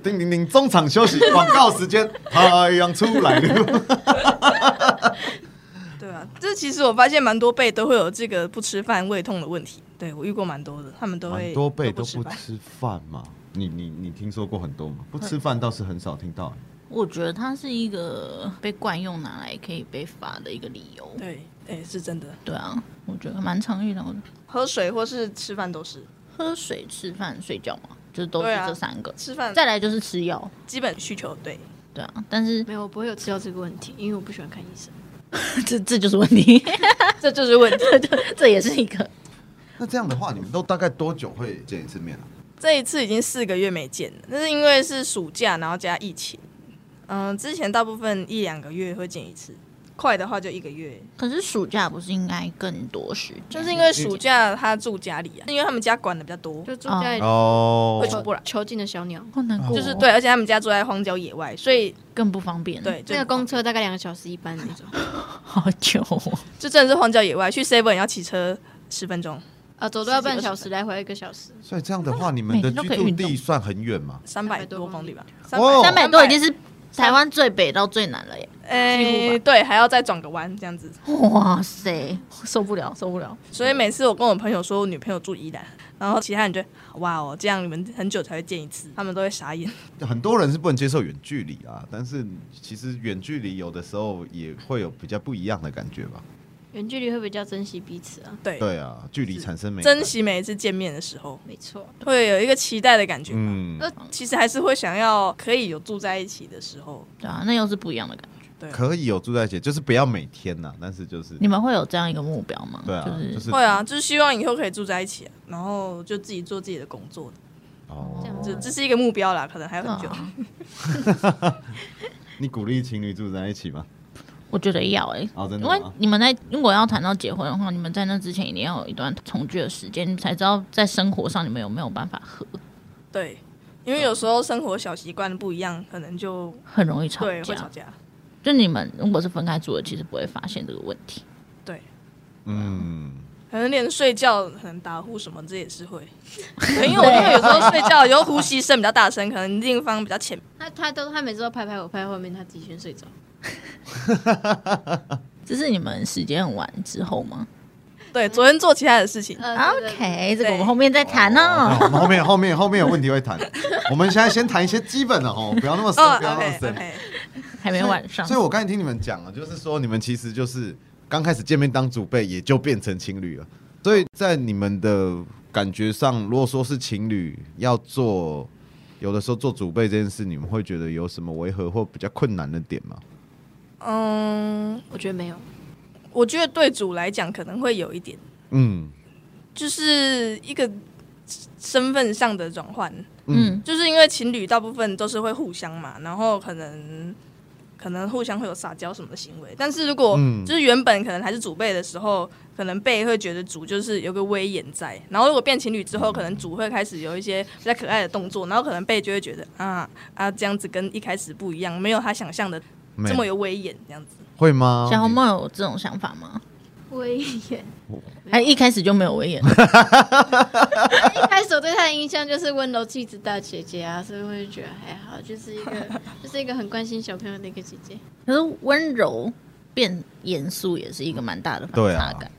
B: 叮叮叮，中场休息，广告时间，太阳出来
C: <laughs>
B: 了。
C: 对啊，这其实我发现蛮多辈都会有这个不吃饭胃痛的问题，对我遇过蛮啊多的，他们都会
B: 蛮多辈都
C: 都
B: 不
C: 吃饭。
B: 吃饭嘛，你你你听说过很多吗？不吃饭倒是很少听到。
A: 我觉得它是一个被惯用拿来可以被罚的一个理由。
C: 对，哎、是真的，
A: 对啊，我觉得蛮常遇到的。
C: 喝水或是吃饭都是，
A: 喝水、吃饭、睡觉嘛，就都是
C: 对啊
A: 这三个。
C: 吃饭
A: 再来就是吃药，
C: 基本需求对。
A: 对啊，但是 <laughs>
D: 没有，我不会有吃药这个问题，因为我不喜欢看医生。
A: 这这就是问题，
C: 这就是问题。
A: <laughs> 这也是一个。
B: 那这样的话，你们都大概多久会见一次面啊？
C: 这一次已经四个月没见了，那是因为是暑假，然后加疫情。嗯、之前大部分一两个月会见一次，快的话就一个月。
A: 可是暑假不是应该更多时间？
C: 就是因为暑假他住家里啊，因为他们家管的比较多，
D: 就住家里
B: 哦
C: 会出不来。
D: 囚禁的小鸟，
A: 好难过哦、
C: 就是对，而且他们家住在荒郊野外，所以
A: 更不方便，
C: 对，，就
D: 那个公车大概两个小时一班那种。
A: 好久、哦。
C: 就真的是荒郊野外，去 Seven 要骑车十分钟，
D: 啊，走都要半小时，来回一个小时。
B: 所以这样的话，你们的
A: 每天都
B: 居
A: 可以
B: 住
A: 运动
B: 地算很远吗？
C: 三百
D: 300
C: 多
D: 多
C: 公
D: 公里
C: 里吧，
B: 哦
A: 三百多已经
C: 是
A: 是台湾最北到最南了耶！
C: 哎、对，还要再转个弯这样子。
A: 哇塞，受不了，受不了！
C: 所以每次我跟我朋友说我女朋友住宜兰，然后其他人就哇哦，这样你们很久才会见一次，他们都会傻眼。
B: 很多人是不能接受远距离啊，但是其实远距离有的时候也会有比较不一样的感觉吧。
D: 远距离会比较珍惜彼此啊，
C: 对，
B: 对啊，距离产生美感
C: 珍。惜每一次见面的时候，
D: 没错。
C: 会有一个期待的感觉。
B: 嗯，
C: 那、其实还是会想要可以有住在一起的时候，
A: 对啊，那又是不一样的感觉。
C: 对，
B: 可以有住在一起，就是不要每天呐、但是就是
A: 你们会有这样一个目标吗？
B: 对啊，
A: 就是
B: 就是
C: 会啊，就是希望以后可以住在一起、啊，然后就自己做自己的工作，
D: 这样
B: 哦，
D: 子
C: 这这是一个目标啦，可能还有很久。
B: 嗯
A: 啊
B: 你鼓励情侣住在一起吗？
A: 我觉得要哎、
B: 哦，真
A: 因
B: 的
A: 为
B: 吗？
A: 你们在如果要谈到结婚的话，你们在那之前一定要有一段重聚的时间，你才知道在生活上你们有没有办法合，
C: 对，因为有时候生活小习惯不一样，可能就
A: 很容易吵
C: 对会
A: 架。
C: 吵架。
A: 就你们如果是分开住的，其实不会发现这个问题。
C: 对，
B: 嗯，
C: 可能连睡觉可能打呼什么，这也是 <laughs> 会。对因为我因为有时候睡觉，有时候呼吸声比较大声，可能另一方比较浅。
D: 他他都他每次都拍拍我，拍到后面他自己先睡着。
A: 这是你们时间很晚之后吗
C: 对，昨天做其他的事情，
D: 呃对对对
A: ？OK，这个我们后面再谈哦。
B: 我们后面后面后面有问题会谈，我们现在先谈一些基本的哦，不要那么深，不要那么
C: OK
B: 深。
C: OK，
A: 还没晚上，
B: 所以我刚才听你们讲了，就是说你们其实就是刚开始见面当祖辈，也就变成情侣了。所以在你们的感觉上，如果说是情侣要做，有的时候做祖辈这件事，你们会觉得有什么违和或比较困难的点吗？
C: 嗯，
D: 我觉得没有，
C: 我觉得对主来讲可能会有一点，
B: 嗯
C: 就是一个身份上的转换，
A: 嗯，
C: 就是因为情侣大部分都是会互相嘛，然后可能可能互相会有撒娇什么的行为。但是如果
B: 嗯
C: 就是原本可能还是祖辈的时候，可能辈会觉得主就是有个威严在，然后如果变情侣之后，可能主会开始有一些比较可爱的动作，然后可能辈就会觉得啊啊这样子跟一开始不一样，没有他想象的
B: 没
C: 这么有威严这样子。
B: 会吗？
A: 小红帽有这种想法吗？
D: <laughs> 威严。
A: 哎，一开始就没有威严，
D: 一开始我对她的印象就是温柔气质大姐姐啊，所以我就觉得还好，就是一 <laughs> 个就是一个很关心小朋友的一个姐姐。
A: 可是温柔变严肃也是一个蛮大的反
B: 对啊
A: 差感。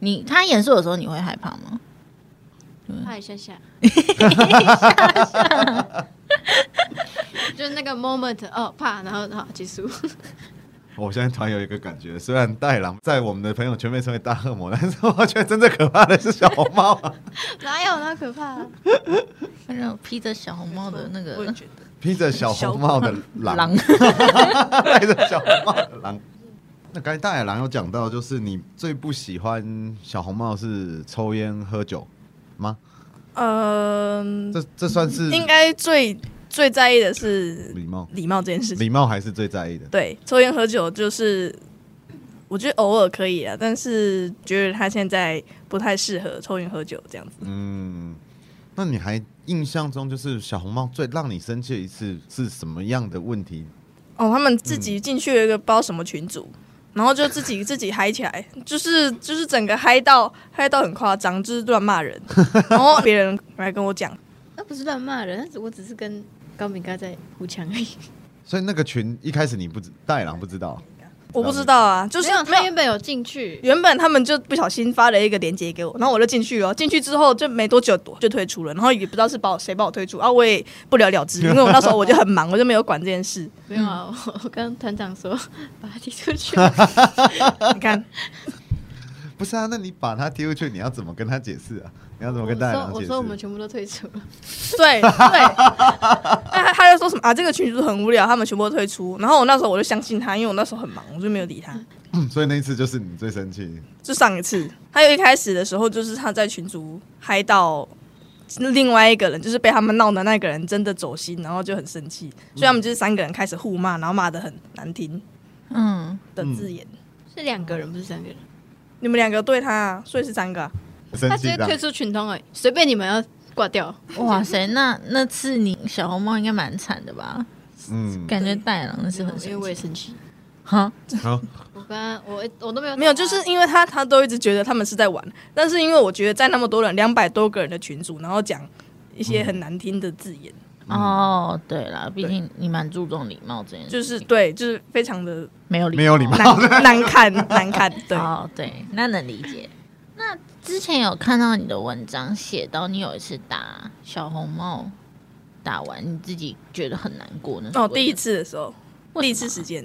A: 你他严肃的时候，你会害怕吗？
D: 怕一下下， <laughs> 就是那个 moment 哦，怕，然后好结 <laughs> 束。
B: 哦我现在突然有一个感觉，虽然戴狼在我们的朋友圈被称为大恶魔，但是我觉得真正可怕的是小红帽、啊，
D: 哪有那可怕、啊？
A: 反正披着小红帽的那
C: 我也
A: <laughs> 个
C: 觉得
B: 披着小红帽的狼，
A: 狼，
B: 戴着小红帽的狼。 <laughs> 那刚才大野狼有讲到，就是你最不喜欢小红帽是抽烟喝酒吗？
C: 嗯、
B: 这这算是
C: 应该最最在意的是
B: 礼貌，
C: 礼貌这件事情。
B: 礼貌还是最在意的。
C: 对，抽烟喝酒就是，我觉得偶尔可以啊，但是觉得他现在不太适合抽烟喝酒这样子。
B: 嗯，那你还印象中就是小红帽最让你生气的一次是什么样的问题？
C: 哦，他们自己进去了一个不知道什么群组，然后就自 <laughs> 己自己嗨起来，就是就是整个嗨到嗨到很夸张，就是乱骂人，然后别人来跟我讲，
D: 那不是乱骂人，那只我只是跟高敏哥在互呛而已。
B: 所以那个群一开始你不知，大野狼不知道， <laughs>
C: 我不知道啊，就
D: 就是是
C: 没
D: 他
C: 有
D: 原本有进去，
C: 原本他们就不小心发了一个链接给我，然后我就进去了。哦进去之后就没多久就退出了，然后也不知道是把我谁把我退出啊，我也不了了之，因为我那时候我就很忙，我就没有管这件事。
D: 没有啊？我我跟团长说 <laughs> 把他踢出去，
C: 你看，
B: 不是啊？那你把他踢出去，你要怎么跟他解释啊？你要怎么
D: 我
B: 跟大野
D: 说
B: 狼
D: 我
B: 解释？
D: 说我们全部都退出了，
C: 对对，他他就说什么啊，这个群主很无聊，他们全部都退出。然后我那时候我就相信他，因为我那时候很忙，我就没有理他。
B: 嗯所以那一次就是你最生气，
C: 就上一次，还有一开始的时候，就是他在群组嗨到另外一个人，就是被他们闹的那个人真的走心，然后就很生气，所以他们就是三个人开始互骂，然后骂的很难听
A: <laughs> 嗯，
C: 的字眼。
D: 是两个人不是三个人，
C: 你们两个对他、啊，所以是三个啊、
B: 生
D: 他直
B: 气
D: 接
B: 的啊
D: 退。出群通而已，随便你们要挂掉。
A: 哇塞，那那次你小红帽应该蛮惨的吧？
B: 嗯，
A: 感觉戴狼是很
D: 因为
A: 生
D: 我也
A: 气，
D: 生气，
A: 哈，
B: 好，
D: 我刚刚我我都没有
C: 呃没有，就是因为他他都一直觉得他们是在玩，但是因为我觉得在那么多人两百多个人的群组，然后讲一些很难听的字眼，
A: 哦，对啦，毕竟你蛮注重礼貌这件事，
C: 就是对，就是非常的
A: 没有礼，
B: 没有礼貌。
C: <laughs> 难难看难 <laughs> 看。对，
A: 哦，对，那能理解。那之前有看到你的文章写到，你有一次打小红帽，打完你自己觉得很难过呢。
C: 哦，第一次的时候，第一次时间，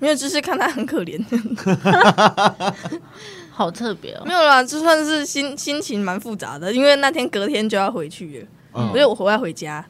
C: 没有，就是看他很可怜， <laughs>
A: 好特别哦
C: 没，有啦，就算是心心情蛮复杂的，因为那天隔天就要回去了，
B: 嗯
D: <laughs>
C: 所以我回来回家，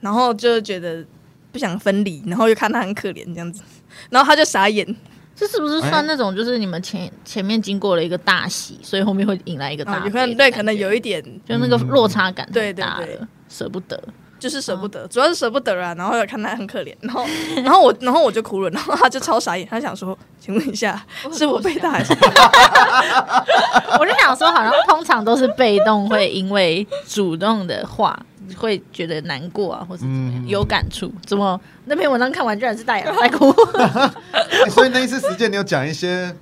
C: 然后就觉得不想分离，然后又看他很可怜这样子，然后他就傻眼，
A: 这是不是算那种就是你们前前面经过了一个大喜，所以后哦面会迎来一个
C: 然
A: 大
C: 后
A: 悲
C: 有
A: 的感
C: 可
A: 觉？
C: 能啊对，可能有一点
A: 就那个落差感太
C: 对对
A: 大
C: 对
A: 了，舍不得。
C: 就是舍不
A: 嗯
C: 得，主要是舍不得啊，然后又看他很可怜，然后然后我然后我就哭了，然后他就超傻眼，他想说，请问一下，是我被打还是？
A: <laughs> 我就想说，好像通常都是被动会因为主动的话会觉得难过啊，或是怎么样、
B: 嗯
A: 有感触。怎么那篇文章看完居然是大眼在哭？
B: 欸 <laughs> 所以那一次时间，你有讲一些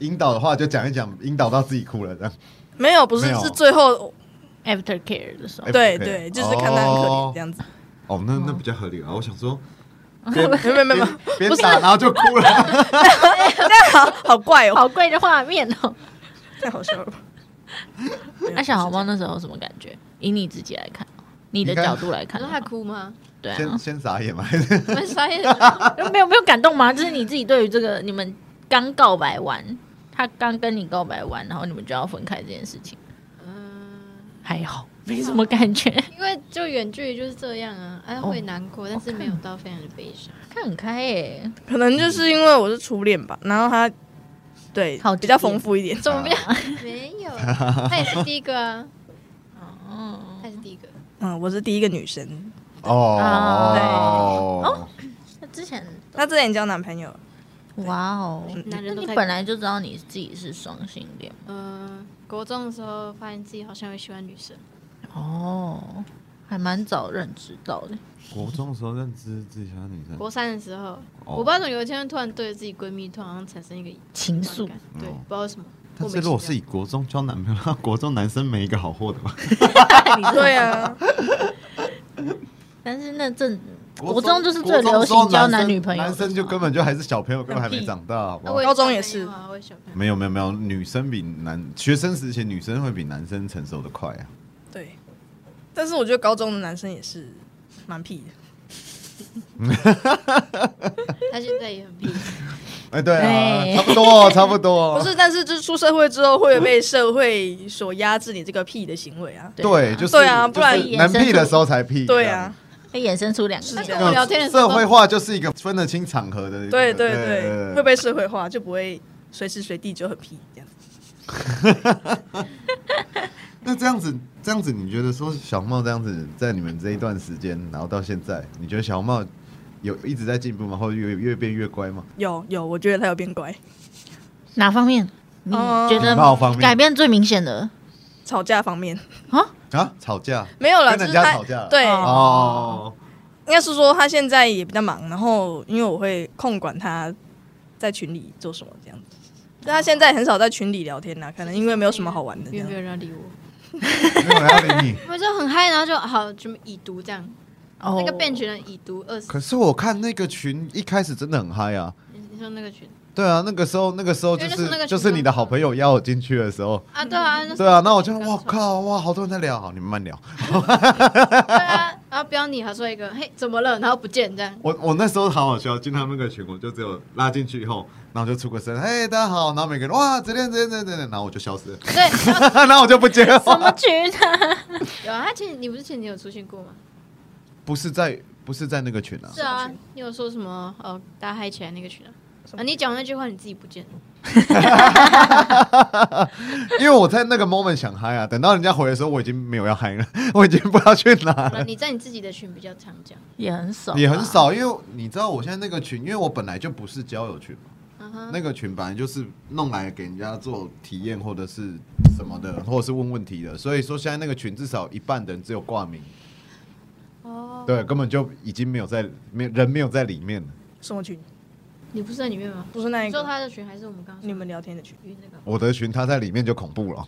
B: 引导的话，就讲一讲，引导到自己哭了这样。
C: 没有，不是
B: 没有哎
C: 是最后
A: after care 的时候，
C: 对
B: FK
C: 对，就是看他很可怜这样子，
B: 哦，那那比较合理啊。我想
A: <laughs>
B: 说，边
C: 没有没有
B: <laughs>
C: 没
B: 边
C: 有，
B: 打然后就哭了。
C: 这样好好怪哦，
A: 好贵的画面哦。
C: 太好笑哦了。
A: <laughs> 那小红帽那时候什么感觉？以你自己来看，你的角度来看
D: 你
A: 的
D: 说
A: 话，
D: 他哭吗？
A: 对啊
B: 先，先傻眼 <laughs> 嘛，还是
D: 我们傻眼，
A: <laughs> 没有没有感动吗？就是你自己对于这个你们刚告白完，他刚跟你告白完，然后你们就要分开这件事情，
D: 嗯，
A: 还好没什么感觉，
D: 因为就远距离就是这样啊，哎会难过，但是没有到非常的悲伤。
A: 看很开耶、 <laughs>
C: 可能就是因为我是初恋吧，然后他对
A: 好
C: 比较丰富一点，
D: 怎么变？没有，他也是第一个啊，
A: 哦
D: 他也是第一个。
A: 啊
C: 嗯，我是第一个女生，
B: 哦
A: 那之前都
C: 那之前交男朋友了，
A: 哇哦！
D: 男
A: 那
D: 人都
A: 你
D: 太
A: 本来就知道你自己是双性恋
D: 嗯、国中的时候发现自己好像会喜欢女生，
A: 哦，还蛮早认知到的。
B: 国中的时候认知自己喜欢女生，
D: 国三的时候，
B: 哦
D: 我不知道怎么有一天突然对着自己闺蜜突然好像产生一个
A: 情愫
D: 感，对，
B: 哦
D: 不知道为什么。
B: 但是如果是以国中交男朋友，那 <laughs> 国中男生没一个好货的吧？
C: 对啊，
A: 但是那阵国
B: 国
A: 中就是最流行交男女朋友的
B: 男
A: 时候
B: 生就根本就还是小朋友，根本还没长大，好不
D: 那
B: 好
D: 我
C: 高中也
D: 小
C: 是
D: 朋友啊我也小朋友
B: 没有没有没有，女生比男学生时期女生会比男生成熟的快啊。
C: <laughs> 对。但是我觉得高中的男生也是蛮屁的，
D: 他现在
C: <laughs>
D: 也很屁，
B: 哎，对
A: 对
B: 啊，差不多差不多
C: 不，是？但是就是出社会之后会被社会所压制你这个屁的行为啊。
B: 对，就是
C: 对啊不然
B: 就是能屁的时候才屁，
C: 对啊，
A: 会衍生出两个
B: 这
D: 跟
B: 样。
D: 我聊天的时
B: 社
D: 候
B: 会化就是一个分得清场合的一个，
C: 对对对，会被社会化，就不会随时随地就很屁这样。
B: 那这样子，这样子，你觉得说小茂这样子，在你们这一段时间，然后到现在，你觉得小茂有一直在进步吗？或者越越变越乖吗？
C: 有有，我觉得他有变乖，
A: 哪方面？你
C: 哦
A: 觉得
B: 礼貌方面
A: 改变最明显的
C: 吵架方面
A: 啊？
B: 啊，吵架
C: 没有啦，
B: 跟
C: 就
B: 人
C: 是
B: 家
C: 他
B: 吵架了
C: 对，
A: 哦
B: 哦，
C: 应该是说他现在也比较忙，然后因为我会控管他在群里做什么这样子。但他现在很少在群里聊天啦，可能因为没有什么好玩的这
D: 因
C: 样
D: 为没。有人要理我，
B: 没有人要理你。
D: 我就很嗨，然后就好，就已读这样。
A: 哦
D: 那个变群人已读二十，
B: 可是我看那个群一开始真的很嗨啊，
D: 你说那个群
B: 对啊，那个时候那个时候就
D: 因为那是那
B: 是
D: 个群
B: 就是你的好朋友邀我进去的时候，
D: 啊？对
A: <laughs>
D: 啊，那时候
B: 对啊，那我就
D: 刚
B: 哇
D: 出来
B: 靠哇，好多人在聊，好你们慢聊。
D: 对啊，然后标你还说一个嘿怎么了，然后不见这样，
B: 我我那时候好好笑，进他们那个群，我就只有拉进去以后，然后就出个声，嘿，大家好，然后每个人哇，只恋只恋只恋只恋，然后我就消失了， <laughs>
D: 对，然后
B: 然后我就不接
A: 什
B: 话。
A: 么群啊？
D: 有啊，他前你不是前年有出现过吗？
B: 不是在不是在那个群啊，
D: 是啊，你有说什么呃大家嗨起来那个群啊？啊，你讲那句话你自己不见了，
B: 因为我在那个 moment 想嗨啊，等到人家回的时候，我已经没有要嗨了， <laughs> 我已经不知道去哪
D: <laughs> 好了
B: 了。
D: 哦你在你自己的群比较常讲，
A: 也很少，
B: 也很。少，因为你知道我现在那个群，因为我本来就不是交友群嘛，
D: 嗯哼，
B: 那个群本来就是弄来给人家做体验或者是什么的，或者是问问题的，所以说现在那个群至少一半的人只有挂名，
D: 哦，
B: 对，根本就已经没有在没有人没有在里面了。
C: 什么群？
D: 你不是在里面吗？
C: 不是那一
D: 你说
C: 个
D: 他的群还是我们刚刚说
C: 你们聊天的群。
D: 与那个？
B: 我的群他在里面就恐
C: <laughs>
B: 怖了，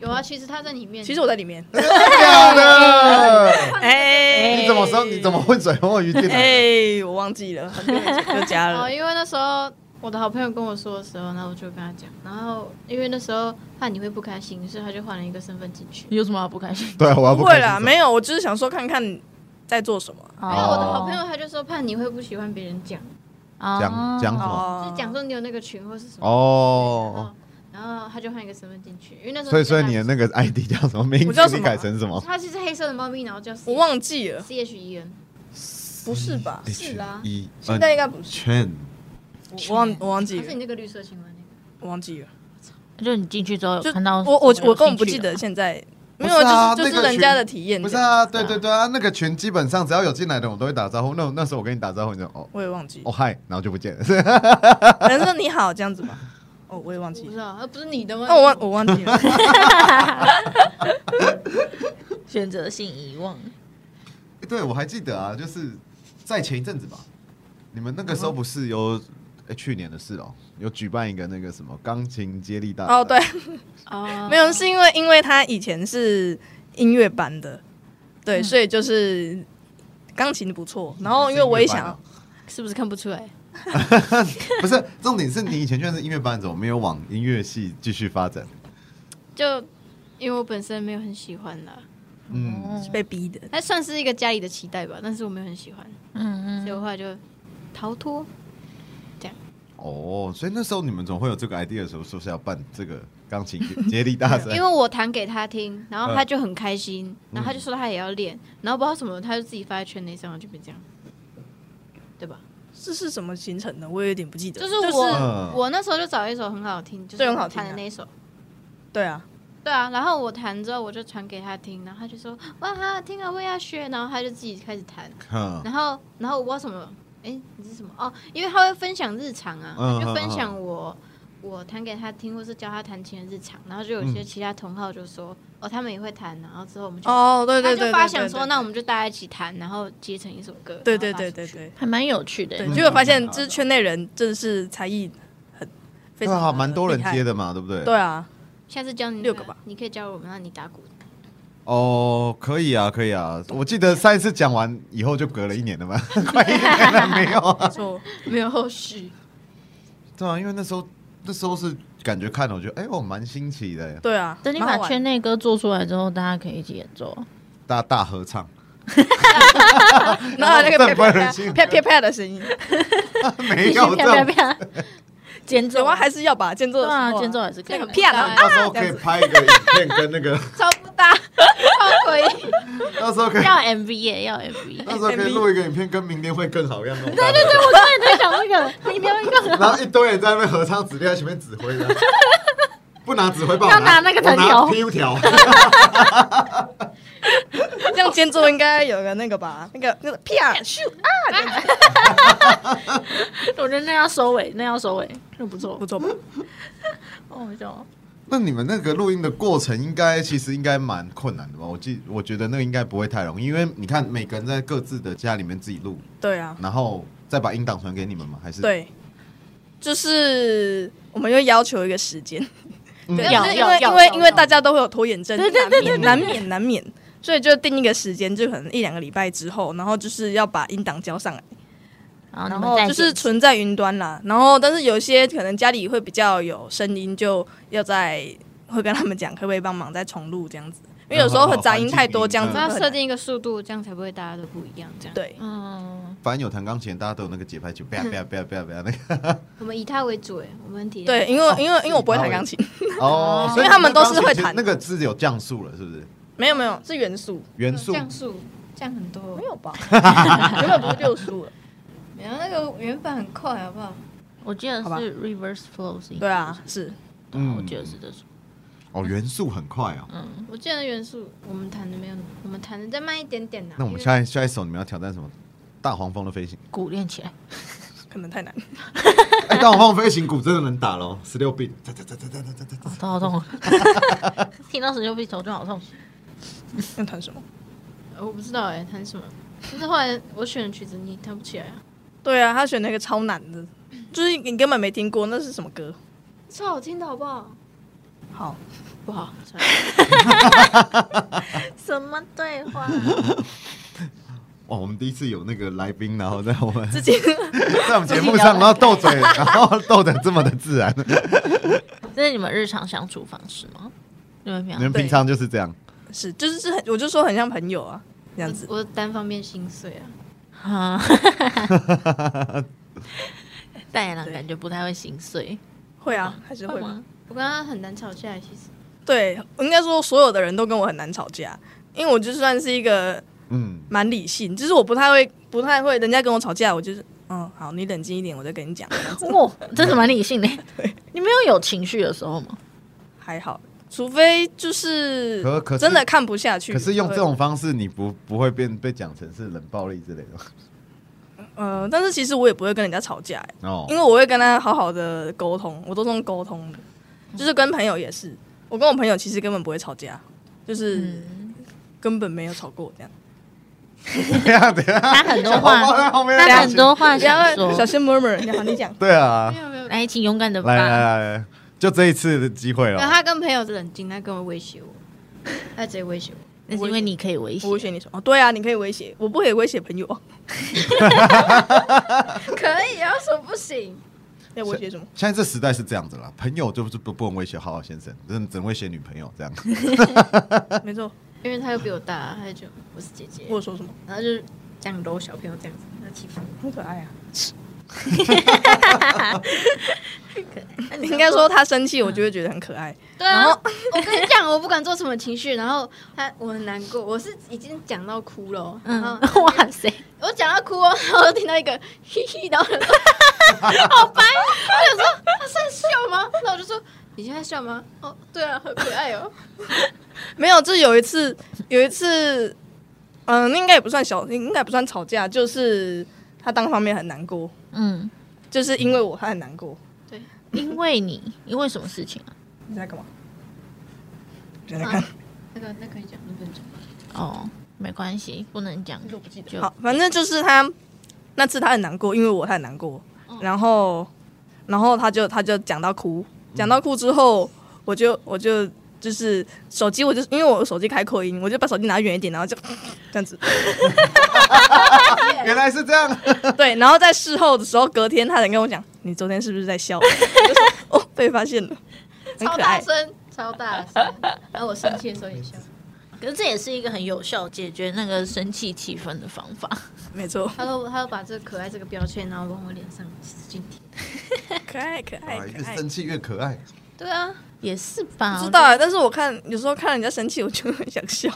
D: 有啊，其实他在里面，
C: 其实我在里面。
B: 假的？
C: 哎
B: 你怎么说？你怎么混水摸鱼进 <laughs> 来？
C: 哎，我忘记了，很久以
B: <laughs>
C: 前就加
D: 哦，
C: 了。
D: 因为那时候我的好朋友跟我说的时候，然后我就跟他讲，然后因为那时候怕你会不开心，所以他就换了一个身份进去。
A: 有什么好不开心？
B: 对，啊我要
C: 不
B: 开
C: 会
B: 心什
C: 啦，
B: 么
C: 没有，我就是想说看看在做什么。
A: 没
D: 没有，我的好朋友他就说怕你会不喜欢别人讲，
B: 讲讲什么？
C: 哦
D: 就是讲说你有那个群或是什么。
B: 哦，
D: 然后。然后他就换一个身份进去，因为那时候
B: 所以所以
D: 叫他
B: 你的那个 ID 叫什么名
C: 我叫
B: 字？
C: 什
B: 你
C: 么
B: 改成什么？
D: 他是只黑色的猫咪，然后叫
C: 我忘记了，
D: C H E N，
C: 不是吧？
D: 是啊
B: E
C: 现在应该不是，
B: 圈呃
C: 我我忘我忘记
D: 他是
C: 了
D: 你，那个绿色青蛙那个。
C: 我忘记了。
A: 就你进去之后
C: 就
A: 看到
C: 我我
A: 什么
C: 我根本不
A: 兴
C: 记
A: 趣
C: 得
A: 了
C: 现在，
B: 不
C: 没
B: 是
C: 有
B: 啊
C: 就是就
B: 那
C: 是
B: 个
C: 人家
B: 群
C: 的体验
B: 不
C: 这样。
B: 是啊，对对对啊，那个群基本上只要有进来的，我都会打招呼。那那时候我跟你打招呼，你就哦
C: 我也忘记
B: 哦
C: 了，
B: 嗨，然后就不见了。 <laughs>
C: 可能说你好这样子吧。哦，我也忘记
D: 不
C: 了哦
D: 知。道，呃那不是你的吗？
C: 那我忘我忘记了，
B: <laughs>
A: 选择性遗忘，
B: 对，我还记得啊，就是在前一阵子吧，你们那个时候不是有、诶去年的事哦，有举办一个那个什么钢琴接力大赛
C: 哦对，
D: 哦
C: 没有是因为因为他以前是音乐班的，对，所以就是钢琴不
B: 嗯
C: 错。然哦后因为
B: 啊
C: 我也想，
D: 是不是看不出来？
B: 哦不是重点是你以前就是音乐班，怎么没有往音乐系继续发展？嗯
D: 就因为我本身没有很喜欢啦，
B: 嗯，
C: 是被逼的，
D: 它算是一个家里的期待吧，但是我没有很喜欢，
A: 嗯
D: 所以
A: 嗯，
D: 我后来就逃脱。
B: 哦，所以那时候你们总会有这个 idea 的时候，说是要办这个钢琴接力大赛
C: <laughs>
D: 因为。
B: <laughs>
D: 我弹给他听，然后他就很开心，然后他就说他也要练，然后不知道什么，他就自己发在圈内上，然后就变这样，对吧？
C: 这是什么形成的？我也有点不记得。
D: 就是我、
B: 嗯
D: 我那时候就找一首很好听，就是
C: 对很
D: 我
C: 好听啊
D: 弹的那一首。
C: 对啊，
D: 对啊，然后我弹之后，我就传给他听，然后他就说哇，好好听啊，我也要学，然后他就自己开始弹，
B: 嗯
D: 然后然后我不知道什么，哎，你是什么？哦，因为他会分享日常啊，
B: 嗯
D: 他就分
B: 嗯
D: 享我我弹给他听，或是教他弹琴的日常。然后就有一些
B: 嗯
D: 其他同好就说，哦，他们也会弹，然后之后我们就
C: 哦，对对
D: 他
C: 对，
D: 就发想说，那我
C: 们
D: 们就大家一起弹，然后结成一首歌。
C: 对
D: 然
C: 对
D: 后发
C: 对
D: 出
C: 对
D: 去。
C: 对
A: 还蛮有趣的、
C: 对，
B: 嗯
C: 结果发
B: 嗯
C: 现
B: 嗯
C: 这圈内人真的是才艺很
B: 对
C: 非常
B: 啊，
C: 的
B: 蛮多人
C: 厉害
B: 接，的嘛，对不对？
C: 对啊，
D: 下次教你
C: 六个
D: 弹
C: 吧，
D: 你可以教我们，让你打鼓。
B: 哦，可以啊，可以啊。我记得上一次讲完以后就隔了一年了吧，快一年了没有啊？
C: 错，
D: 没有
C: 哦
D: <laughs> 后续，
B: 对啊，因为那时候那时候是感觉看了，我觉得哎，我蛮新奇的，
C: 对啊，
A: 等你
C: 蛮
A: 把
C: 好玩
A: 圈内歌做出来之后，大家可以一起演奏。
B: 大大合唱， <laughs>
C: 然后那个
B: 这
C: 啪
B: 不
C: 啪
B: 能
C: 啪
B: 信
C: 啪啪啪的声音，
A: <laughs>
B: 没有这
A: 啪
B: 种。
A: 啪啪，间奏
C: 有啊，还是要把间奏
A: 对
C: 的时
A: 啊，
C: 候啊
A: 间奏还是可以
C: 那个啪然后
B: 到
C: 啊
B: 时候可以拍一个影片跟
A: <laughs>
B: 那个，
D: 超不搭，
C: <laughs>
D: 超诡异。
B: 到时候可以， <laughs>
A: 要 MV 耶，要 MV。
B: 到时候可以录一个影片，跟明天会更好一样。对对
A: 对，
B: 对。
A: 我刚才在想那个，明天那个
B: 然后一堆人在那边合唱，指定在前面指挥的，
A: <laughs>
B: 不拿指挥棒，
A: 要
B: 我
A: 拿
B: 拿
A: 那个
B: 我拿
A: 藤条 <laughs>
B: PU 条。
C: 这样间奏应该有个那个吧，那个那个啪咻啊，
A: <laughs> 我觉得那要收尾，那要收尾，那不错
C: 不，错吧？
A: 哦，不错。
B: 那你们那个录音的过程，应该其实应该蛮困难的吧？我记，我觉得那个应该不会太容易，因为你看每个人在各自的家里面自己录，
C: 对啊，
B: 然后再把音档传给你们吗？还是，
C: 对，就是我们又要求一个时间，
B: 嗯
C: 对，
A: 要
C: 就是因
A: 要
C: 为
A: 要
C: 因为
A: 要
C: 因为大家都会有拖延症，
A: 对对
C: 难免难免难免，所以就定一个时间，就可能一两个礼拜之后，然后就是要把音档交上来，
A: 然后
C: 然
A: 你们再一
C: 后就
A: 起
C: 是存在云端啦。然后但是有一些可能家里会比较有声音，就要在会跟他们讲，可不可以帮忙再重录这样子，因为有时候
B: 哦
C: 会杂
B: 环
C: 音
B: 境
C: 太
B: 音
C: 多，这样
B: 嗯
C: 子会
D: 我要
C: 很
D: 设
C: 难
D: 定一个速度，这样才不会大家都不一样。这样，
C: 对。
A: 嗯，
B: 反正有弹钢琴，大家都有那个节
C: <laughs>
B: 拍球，不要不要不要不要不要那个。
D: 我们以他为主，哎，我们体验
C: 对，因
B: 哦
C: 为因为因为我不会
B: 自
C: 弹
B: 己
C: 钢琴，
B: 哦，
C: 因为他们都是
B: 所
C: 会
B: 以
C: 弹
B: 那个是有降速了，是不是？
C: 没有没有是元素，
B: 元素
D: 降速降很多
C: 没。有吧？原本不是六十五了？
D: 没有那个原版很快，好不好？
A: 我记得是
C: 好吧
A: reverse flows。
C: 对啊，是
A: 对啊，
B: 嗯
A: 我记得是这首。
B: 哦，元素很快哦。
A: 嗯，
D: 我记得元素我们弹的没有，我们弹的再慢一点点啦。
B: 那我们
D: 因为
B: 下一下一首你们要挑战什么？大黄蜂的飞行。 <laughs>
A: 鼓练起来，
C: 可能太难。 <laughs>
B: 哎，大黄蜂飞行鼓真的能打喽，十六 b
A: 哦头好痛哦。 <laughs> 听到十六 B 头就好痛。
C: 要弹什么？
D: 我不知道哎，弹什么？但是后来我选的曲子你弹不起来啊，
C: 对啊，他选那个超难的，就是你根本没听过那是什么歌。
D: 超好听的好不好？
C: 好，
D: 不好，算
A: 什么对话？
B: 哇，我们第一次有那个来宾，然后在我们
C: <laughs> 自己
B: <laughs> 在我们节目上，然后斗
C: <laughs>
B: 嘴，然后斗得这么的自然。
A: 这是你们日常相处方式吗？你们平
B: 你
A: 常
B: 们平常就是这样，
C: 是就是是很，我就说很像朋友啊，这样
D: 了
C: 子。
D: 我单方面心碎啊。
A: 啊， <laughs> 戴眼狼感觉不太会心碎，
C: 会啊，还是会吧。
A: 吗？
D: 我跟他很难吵架，其实
C: 对，应该说所有的人都跟我很难吵架，因为我就算是一个
B: 嗯，
C: 蛮理性，就是我不太会不太会，人家跟我吵架，我就是嗯好，你冷静一点，我再跟你讲。这样子
A: 哇，真的蛮理性的。你没有有情绪的时候
C: <laughs>
A: 吗？
C: 还好，除非就是
B: 可可是
C: 真的看不下去。
B: 可是用
C: 会
B: 这种方式，你不不会变被讲成是冷暴力之类的吗
C: 呃，但是其实我也不会跟人家吵架、欸
B: 哦
C: 因。为我会跟他好好的沟通，我都是用沟通的，就是跟朋友也是，我跟我朋友其实根本不会吵架，就是根本没有吵过这样。
B: 对啊，对啊，
A: 他很多
B: 小黄
A: 话，
B: 在后面。
A: 他很多话想
C: 然 <laughs> 后小
A: 说。
C: 心 murmur，你好，你讲 <laughs>
B: 对啊
D: 没，有没有。
A: 来，请勇敢的
B: 来来
A: 吧。
B: 来来，就这一次的机会
D: 然后
B: 了。
D: 他跟朋友冷静，他跟我威胁我，他直接威胁我。
A: 那是因为你可以威胁
C: 我。威胁你说哦，对啊，你可以威胁，我不可以威胁朋友。 <laughs>
D: 可以啊，说不行。
C: 要威胁什么？
B: 现在这时代是这样子啦，朋友就是不不能威胁好好先生，只能只能威胁女朋友这样。
C: 没错，
D: 因为他又比我大，他就我是姐姐，
C: 我有说什么？
D: 然后就是这样搂小朋友这样子，他欺负我。
C: 很可爱啊。
A: 那你
C: <laughs> 应该说他生气，我就会觉得很可爱。
D: 对啊，
A: <laughs>
D: 我跟你讲，我不管做什么情绪，然后他我很难过，我是已经讲到哭了哦，然后
A: 嗯， <laughs> 哇塞，
D: 我讲到哭哦， <laughs> 然后我听到一个嘿嘿，
A: <laughs>
D: 然后我就说好烦，我想说他是在笑吗？那我就说你现在笑吗？哦，对啊，很可爱哦。
C: 没有，这有一次，有一次，嗯、那应该也不算小，应该也不算吵架，就是他单方面很难过，
A: 嗯，
C: 就是因为我他很难过。
A: 因为你， <laughs> 因为什么事情啊？
C: 你在干嘛？你在看？
D: 那个那可以讲，那可以讲。
A: 哦，没关系，不能讲，
D: 不记
A: 就
C: 好，反正就是他那次他很难过，因为我太难过，
D: 嗯
C: 然后然后他就他就讲到哭，
D: 嗯
C: 讲到哭之后，我就我就就是手机，我就因为我手机开扩音，我就把手机拿远一点，然后就这
D: <laughs>
C: 样子，
B: 原来是这样，
C: 对，然后在事后的时候，隔天他才跟我讲，你昨天是不是在笑？ <laughs> 我就说哦，被发现了，很
D: 超
C: 可
D: 大
C: 爱。
D: 声，超大声。 <laughs> 然后我生气的时候也笑。
A: 可是这也是一个很有效解决那个生气气氛的方
C: <laughs>
A: 法。
C: 没
D: <laughs>
C: 错，
D: 他都他都把这个可爱这个标签，然后往我脸上使劲贴。
C: 可爱可爱
B: 啊越
C: 可爱。
B: 生气越可爱。
D: 对啊，
A: 也是吧，
C: 不知道啊，但是我看有时候看人家生气，我就很想笑。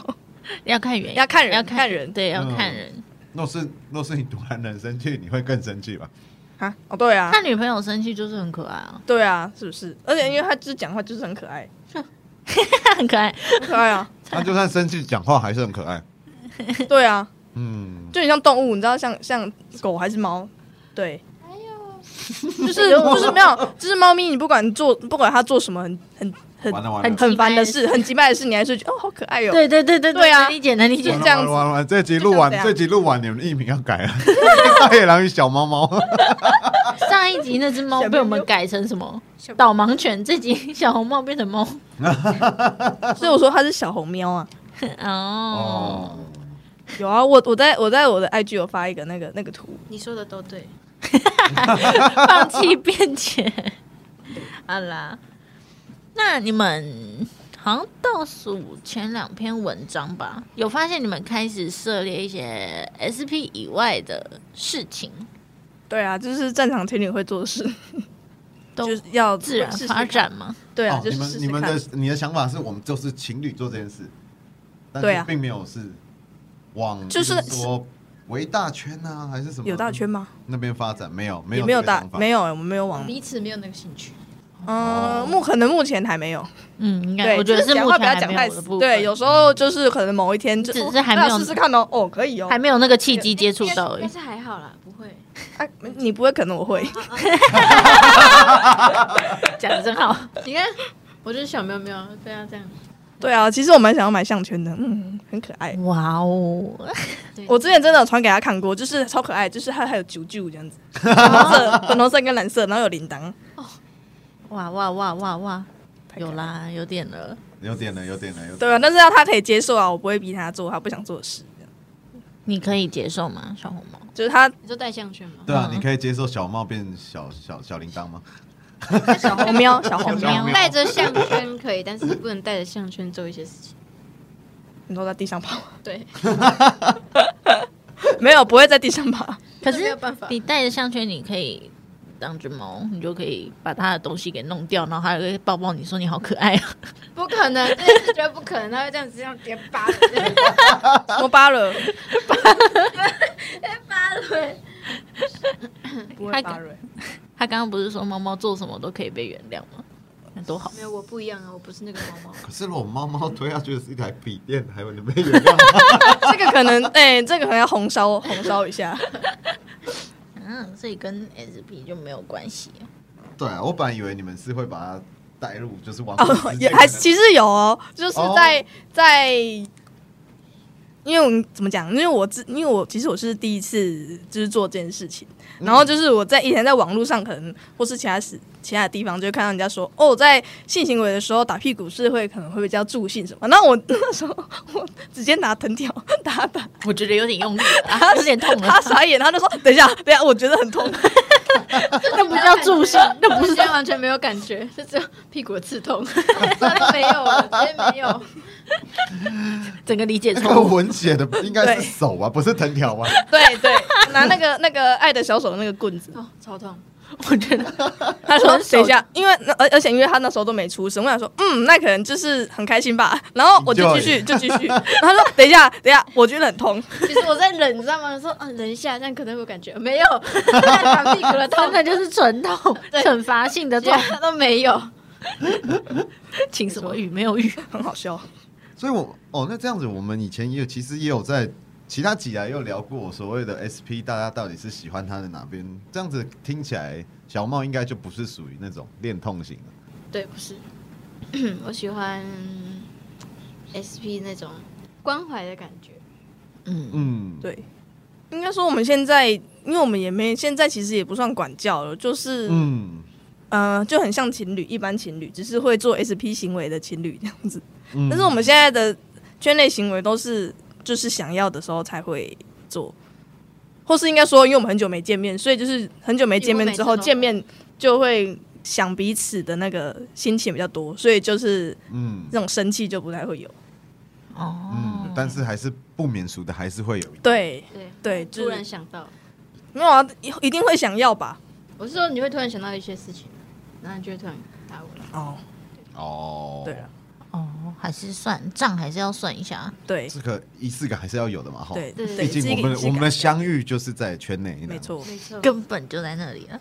A: 要看人，
C: 要看人
A: 要
C: 看人
A: 对，要
B: 嗯
A: 看人。
B: 若是若是你突然很生气，你会更生气吧？
C: 啊，哦，对啊，
A: 他女朋友生气就是很可爱啊，
C: 对啊，是不是？而且因为他就是讲话就是很可爱，
A: 很可爱。
C: <laughs> 很可爱啊，
B: 他就算生气，讲话还是很可爱。
C: 对啊，
B: 嗯，
C: 就很像动物，你知道，像像狗还是猫，对，
D: 哎呦，
C: 就是就是没有，就是猫咪，你不管做不管它做什么很很很
B: 完了完了
C: 很很烦的事，很急败的事，你还是觉得哦好可爱哟、
A: <laughs> 对对对对
C: 对啊
A: 能理解能理
C: 就
A: 解
C: 是。这样
B: 完
C: 子
B: 了完了完了，这集录完
C: 就像，这
B: 这
C: 样
B: 集录完，你们的艺名要改了，大野狼与小猫猫。
A: 上一集那只猫
C: 小
A: 被我们
C: 喵
A: 改成什么导盲犬，这集小红帽变成猫。 <laughs>
C: 所以我说它是小红喵啊。
A: 哦，
C: 有啊，我我在我在我的 IG 有发一个那个那个图，
D: 你说的都对。
A: <laughs> 放弃辩解。好啦，那你们好像倒数前两篇文章吧，有发现你们开始涉猎一些 SP 以外的事情，
C: 对啊，就是正常情侣会做的事，
A: 都
C: 就是要
A: 自然
C: 试试
A: 发
C: 看，
A: 展吗？
C: 对啊，
B: 哦
C: 就
B: 你
C: 是
B: 们
C: 试
B: 你
C: 试
B: 们
C: 看
B: 的。你的想法是我们就是情侣做这件事，但
C: 对
B: 是
C: 啊
B: 并没有是往
C: 就是
B: 比如说围大圈啊，还是什么
C: 有大圈吗？
B: 那边发展没有没
C: 也
B: 有
C: 没有
B: 这个
C: 大
B: 想，法
C: 没有，我们没有往，
D: 彼此没有那个兴趣。
C: 嗯，目可能目前还没有。
A: 嗯，应该
C: 对，
A: 我觉得
C: 就是
A: 目前
C: 讲话不要
A: 还
C: 讲
A: 没
C: 太
A: 有的
C: 死
A: 部分，嗯
C: 对，有时候就是可能某一天就
A: 只
C: 哦
A: 是还
C: 那
A: 没有
C: 试试看哦，哦，可以哦，
A: 还没有那个契机接触到而
D: 但
A: 已。
D: 是还好啦，不会。
C: 啊，你不会，可能我
A: <laughs>
C: 会。
A: 讲的真好，
D: <laughs> 你看，我就是小喵喵，不要这样。
C: 对啊，其实我蛮想要买项圈的，嗯，很可爱。
A: 哇哦！ <laughs>
D: 对
C: 我之前真的有传给他看过，就是超可爱，就是它还有啾啾
A: <laughs>
C: 这样子，粉红色、粉红色跟蓝色，然后有铃铛，
A: 哇哇哇哇哇！
C: 太可爱
A: 有。啦，有点了。
B: 有点了，有点了，有点了。
C: 对啊，但是要他可以接受啊，我不会逼他做他不想做的事，这样
A: 你可以接受吗，小红帽？
C: 就是他
D: 你说戴项圈吗？哦
B: 对啊，
A: 嗯
B: 你可以接受小猫变小小小铃铛吗？
C: 小红
A: <laughs>
C: 喵，小红
A: 小
C: 喵，
A: 喵
D: 戴着项圈可以，但是你不能带着项圈做一些事情。
C: 你都在地上跑？ <laughs>
D: 对，
B: <laughs>
C: 没有，不会在地上跑。
A: 可
D: 没有
A: 是
D: 办法
A: 你戴着项圈，你可以当只猫，你就可以把它的东西给弄掉，然后它还会抱抱你说你好可爱啊。
D: 不可能，这件事绝对不可能。他会这样子这样叠八
A: <laughs>
D: 轮，
C: 我扒了，
D: 八轮。
C: 不会扒了。
A: <laughs> 他刚刚不是说猫猫做什么都可以被原谅吗？那多好
D: 没。有，我不一样啊，我不是那个猫猫。
B: 可是如果猫猫推下去的是一台笔电，还有你没原谅吗？
C: 这个可能，哎，这个可能要红烧红烧一下。
A: 嗯，所以跟 SP 就没有关系。
B: <laughs> 对啊，我本来以为你们是会把它带入，就是往
C: <laughs> 哦，也还其实有哦，就是
B: 哦
C: 在、在，因为我怎么讲？因为我自因为我其实我是第一次就是做这件事情，然后就是我在以前在网络上可能或是其他事其他的地方就会看到人家说哦，在性行为的时候打屁股是会可能会比较助兴什么，那我 <laughs> 那时候我直接拿藤条 <laughs> 打打
A: 我觉得有点用力 <laughs> 了啊，有点痛了
C: 他。傻眼，他就说等一下等一下，我觉得很痛，
A: <laughs> 那不叫助
D: <laughs>
A: 兴，那不
D: 我
A: 是
D: 现在完全没有感觉，就只有屁股的刺痛， <laughs> 真的没有了，直接没有。
A: <laughs> 整个理解
B: 那个
A: 错误。
B: <laughs> 文写的应该是手啊，不是藤条啊。
C: 对对， <laughs> 拿那个那个爱的小手的那个棍子，
D: 哦，超痛！
A: <laughs> 我觉得
C: <laughs> 他说：“等一下，因为那而而且因为他那时候都没出声，我想说，嗯，那可能就是很开心吧。然后我就继续就继续。然后他说：等一下，等一下，我觉得很痛。
D: 其实我在忍，你知道吗？说嗯，忍一下，这样可能有感觉，没有， <laughs> 打屁股的痛
A: 真，的就是纯
D: <laughs>
A: 痛，惩罚性的
D: 觉
A: 痛。
D: 得都没有。
A: <laughs> 请什么雨没有雨？
C: 很好笑。
B: 所以我，哦，那这样子，我们以前也有，其实也有在其他几来又聊过所谓的 SP，大家到底是喜欢他的哪边？这样子听起来，小茂应该就不是属于那种恋痛型的。
D: 对，不是， <clears throat> 我喜欢 SP 那种关怀的感觉。
A: 嗯，
B: 嗯，
C: 对，应该说我们现在，因为我们也没现在其实也不算管教了，就是、
B: 嗯
C: 呃，就很像情侣，一般情侣，只是会做 SP 行为的情侣这样子。
B: 嗯
C: 但是我们现在的圈内行为都是就是想要的时候才会做，或是应该说，因为我们很久没见面，所以就是很久没见面之后，
D: 几乎
C: 见
D: 每
C: 面就会想彼此的那个心情比较多，所以就是
B: 嗯
C: 那种生气就不太会有。
A: 哦，
B: 嗯，但是还是不免俗的，还是会有一。
C: 对，
D: 对
C: 对就是
D: 突然想到，
C: 没有啊，一定会想要吧？
D: 我是说你会突然想到一些事情，然后你就会突然打我了。
C: 哦，
B: 哦，
C: 对啊，
A: 哦，还是算账，还是要算一下。
C: 对
B: 这个仪式感还是要有的嘛，哈。
C: 对，
D: 对
B: 毕
C: 对，
B: 竟
C: 是
B: 我
C: 一个
B: 们
C: 仪式
B: 我们的
C: 感
B: 相遇就是在圈内，
C: 没。错，
D: 没错，
A: 根本就在那里了。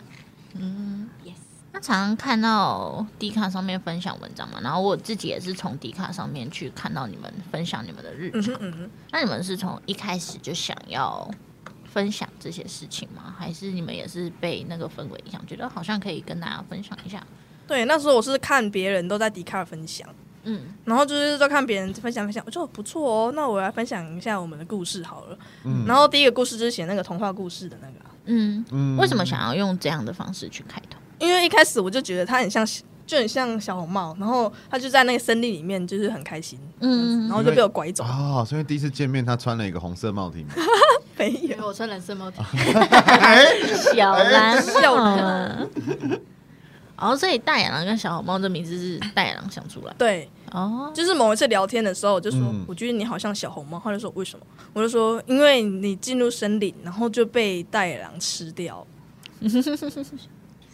A: 嗯
D: Yes
A: 那常常看到 D 卡上面分享文章嘛，然后我自己也是从 D 卡上面去看到你们分享你们的日
C: 嗯
A: 常。
C: 哼嗯哼，
A: 那你们是从一开始就想要分享这些事情吗？还是你们也是被那个氛围影响，觉得好像可以跟大家分享一下？
C: 对，那时候我是看别人都在迪卡分享。
A: 嗯，
C: 然后就是在看别人分享分享，我觉得不错哦。那我来分享一下我们的故事好了。
B: 嗯
C: 然后第一个故事就是写那个童话故事的那个啊，
A: 嗯，
B: 嗯
A: 为什么想要用这样的方式去开头？
C: 因为一开始我就觉得他很像，就很像小红帽，然后他就在那个森林里面就是很开心，
A: 嗯
C: 然后就被我拐走，
B: 啊？所以第一次见面，他穿了一个红色帽 T 嘛。
C: <laughs> 没
D: 因为
C: 有。
D: 我穿蓝色帽 T，
A: 小
B: 哎
A: 蓝
C: 笑
A: 帽。哦，所以大野狼跟小红帽这名字是大野狼想出来的
C: 对，
A: 哦，
C: 就是某一次聊天的时候，我就说、
B: 嗯
C: 我觉得你好像小红帽，他就说为什么？我就说因为你进入森林，然后就被大野狼吃掉。 <laughs>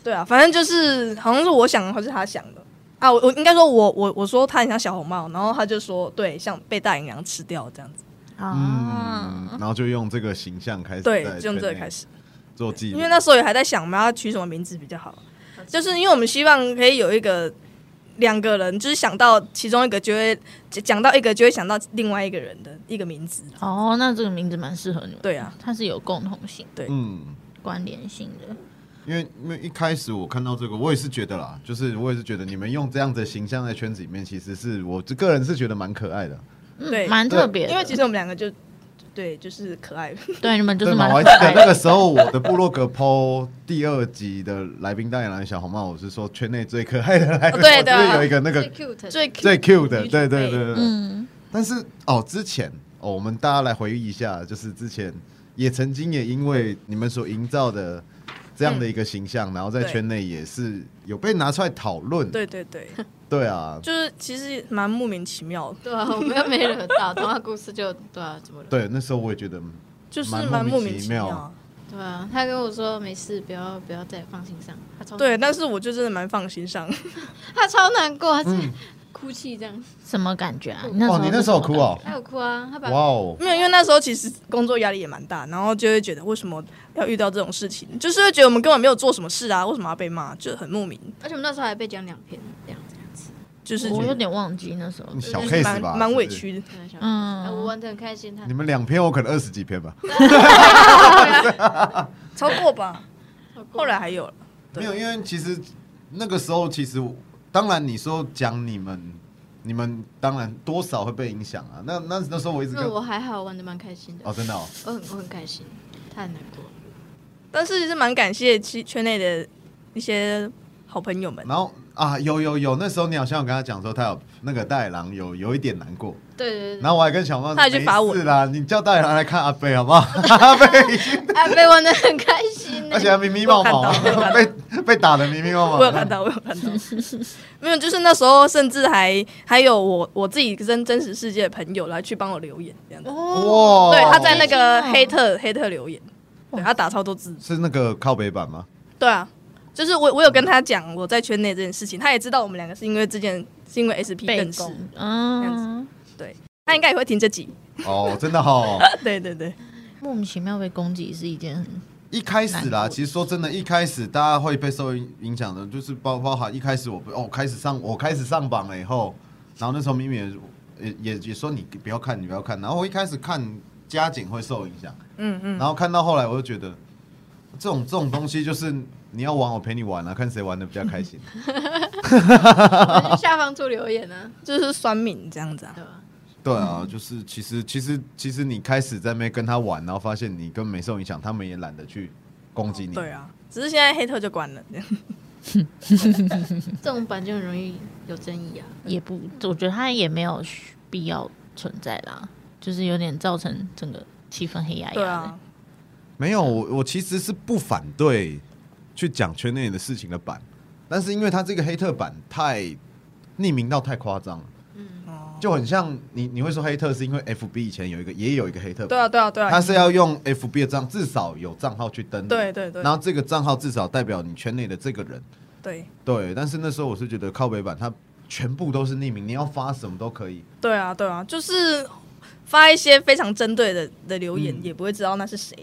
C: 对啊，反正就是好像是我想的还是他想的啊。我我应该说我我我说他很像小红帽，然后他就说对，像被大野狼吃掉这样子。
B: 嗯，然后就用这个形象开始，
C: 啊对，就用这个开始。
B: 做记录，
C: 因为那时候也还在想，我们要取什么名字比较好，就是因为我们希望可以有一个两个人，就是想到其中一个就会讲到一个就会想到另外一个人的一个名字。
A: 哦，那这个名字蛮适合你们。
C: 对啊，
A: 它是有共同性、
B: 嗯。
A: 关联性的。
B: 因为因为一开始我看到这个，我也是觉得啦，就是我也是觉得你们用这样的形象在圈子里面，其实是我这个人是觉得蛮可爱的。
A: 嗯
C: 对
A: 蛮特别的。
C: 因为其实我们两个就对，就是可 <laughs> 爱。
A: 对你们就是
B: 对嘛？
A: 蛮
B: 我还记得那个时候我的部落格 PO 第二集的来宾大眼狼小红帽，我是说圈内最可爱的来宾，
C: 哦对
B: 我
C: 对
B: 就是有一个 <laughs> 那个
D: 最 cute 的
C: 最
B: 最 Q 的，对对对对。对
A: 嗯
B: 但是哦，之前哦，我们大家来回忆一下，就是之前也曾经也因为你们所营造的这样的一个形象，然后在
C: 对
B: 圈内也是有被拿出来讨论。
C: 对对对，
B: 对啊，
C: 就是其实蛮莫名其妙的，
D: 对啊，我们又没惹
A: <laughs>
D: 到，童话故事就对啊，怎么了？
B: 对，那时候我也觉得，嗯
C: 就是
B: 蛮
C: 蛮
B: 莫
C: 莫
B: 名
C: 名
B: 其
C: 其
B: 妙
C: 妙。
D: 对啊，他跟我说没事，不要不要再放心上。他超
C: 对，但是我就真的蛮放心上， <laughs>
D: 他超难过，他是
B: 嗯
D: 哭泣这样。
A: 什么感觉啊？
B: 哦，你那时候
A: 是什
B: 有哭
A: 么感
B: 哦
A: 觉，
D: 他有哭啊，他把
B: 哇哦，
C: 没有，因为那时候其实工作压力也蛮大，然后就会觉得为什么要遇到这种事情，就是会觉得我们根本没有做什么事啊，为什么要被骂，就很莫名，
D: 而且我们那时候还被讲两篇，这样这样子。
C: 就是
A: 我有点忘记那时候。
B: 小
C: 嗯就是
B: case
C: 蛮
B: 吧，
C: 蛮
B: 是不
C: 委
B: 是。
C: 屈的。
D: 对啊小
A: 嗯
D: 啊我玩的很开心，他
B: 你们两篇我可能二十几篇吧，
C: 超过吧，后来还有了，对
B: 没有，因为其实那个时候其实我当然你说讲你们，你们当然多少会被影响啊。那那那时候我一直跟
D: 那我还好，玩的蛮开心的。
B: 哦，真的哦，
D: 我很我很开心，他很难过。
C: 但是是蛮感谢其圈内的一些好朋友们。
B: 然后啊，有有有，那时候你好像有跟他讲说，他有那个大野狼有有一点难过，
D: 对对对
B: 然后我还跟小猫说，
C: 嗯他还去罚我
B: 没事啦，你叫大野狼来看阿贝好不
C: <laughs>
B: 好？阿贝，
D: 对，阿贝玩的很开心
B: <laughs>
D: 呢
B: 而且。还咪咪冒冒
C: 我有看到，
B: <laughs> 被被打的咪咪冒冒，
A: 哦
C: 我有看到，我有看
A: <laughs>
C: 到，没有，就是那时候甚至还还有我我自己真真实世界的朋友来去帮我留言这样子。
B: 哇，
C: 对，他在那个
A: 哦
C: 黑特黑特留言，对他打超多字。
B: 是那个靠北版吗？
C: 对啊，就是我我有跟他讲我在圈内这件事情，他也知道我们两个是因为这件是因为 SP
A: 被
C: 认识，
A: 攻，嗯，
C: 他应该也会听这集。 <laughs>
B: 哦，真的哦。
C: 对对对，
A: 莫名其妙被攻击是一件很
B: 一开始
A: 难
B: 啦，
A: 过
B: 其实说真的，一开始大家会被受影影响的，就是包包含一开始我不哦开始上我开始上榜了以后，然后那时候明明也也也也说你不要看你不要看，然后我一开始看家境会受影响。
C: 嗯嗯，
B: 然后看到后来，我就觉得这种这种东西就是你要玩，我陪你玩啊，看谁玩的比较
A: <laughs>
B: 开心。
D: 我就下方做留言啊，
C: 就是酸敏这样子啊。
D: 对吧？
B: 对啊，就是其实其实其实你开始在那边跟他玩，然后发现你根本没受影响，他们也懒得去攻击你。
C: 对啊，只是现在黑特就关了。
D: 这种版就很容易有争议啊。
A: 也不，我觉得他也没有需必要存在啦，就是有点造成整个气氛黑压压
C: 对
A: 的
C: 啊。，
B: 没有，
C: 嗯
B: 我我其实是不反对去讲圈内的事情的版，但是因为他这个黑特版太匿名到太夸张了，
C: 哦，
B: 就很像你你会说黑特是因为 FB 以前有一个也有一个黑特版
C: 对，啊对啊对啊，
B: 他是要用 FB 的账，至少有账号去登录，
C: 对对对
B: 然后这个账号至少代表你圈内的这个人，
C: 对
B: 对。但是那时候我是觉得靠北版它全部都是匿名，你要发什么都可以，
C: 对啊对啊，就是发一些非常针对的的留言，
B: 嗯
C: 也不会知道那是谁。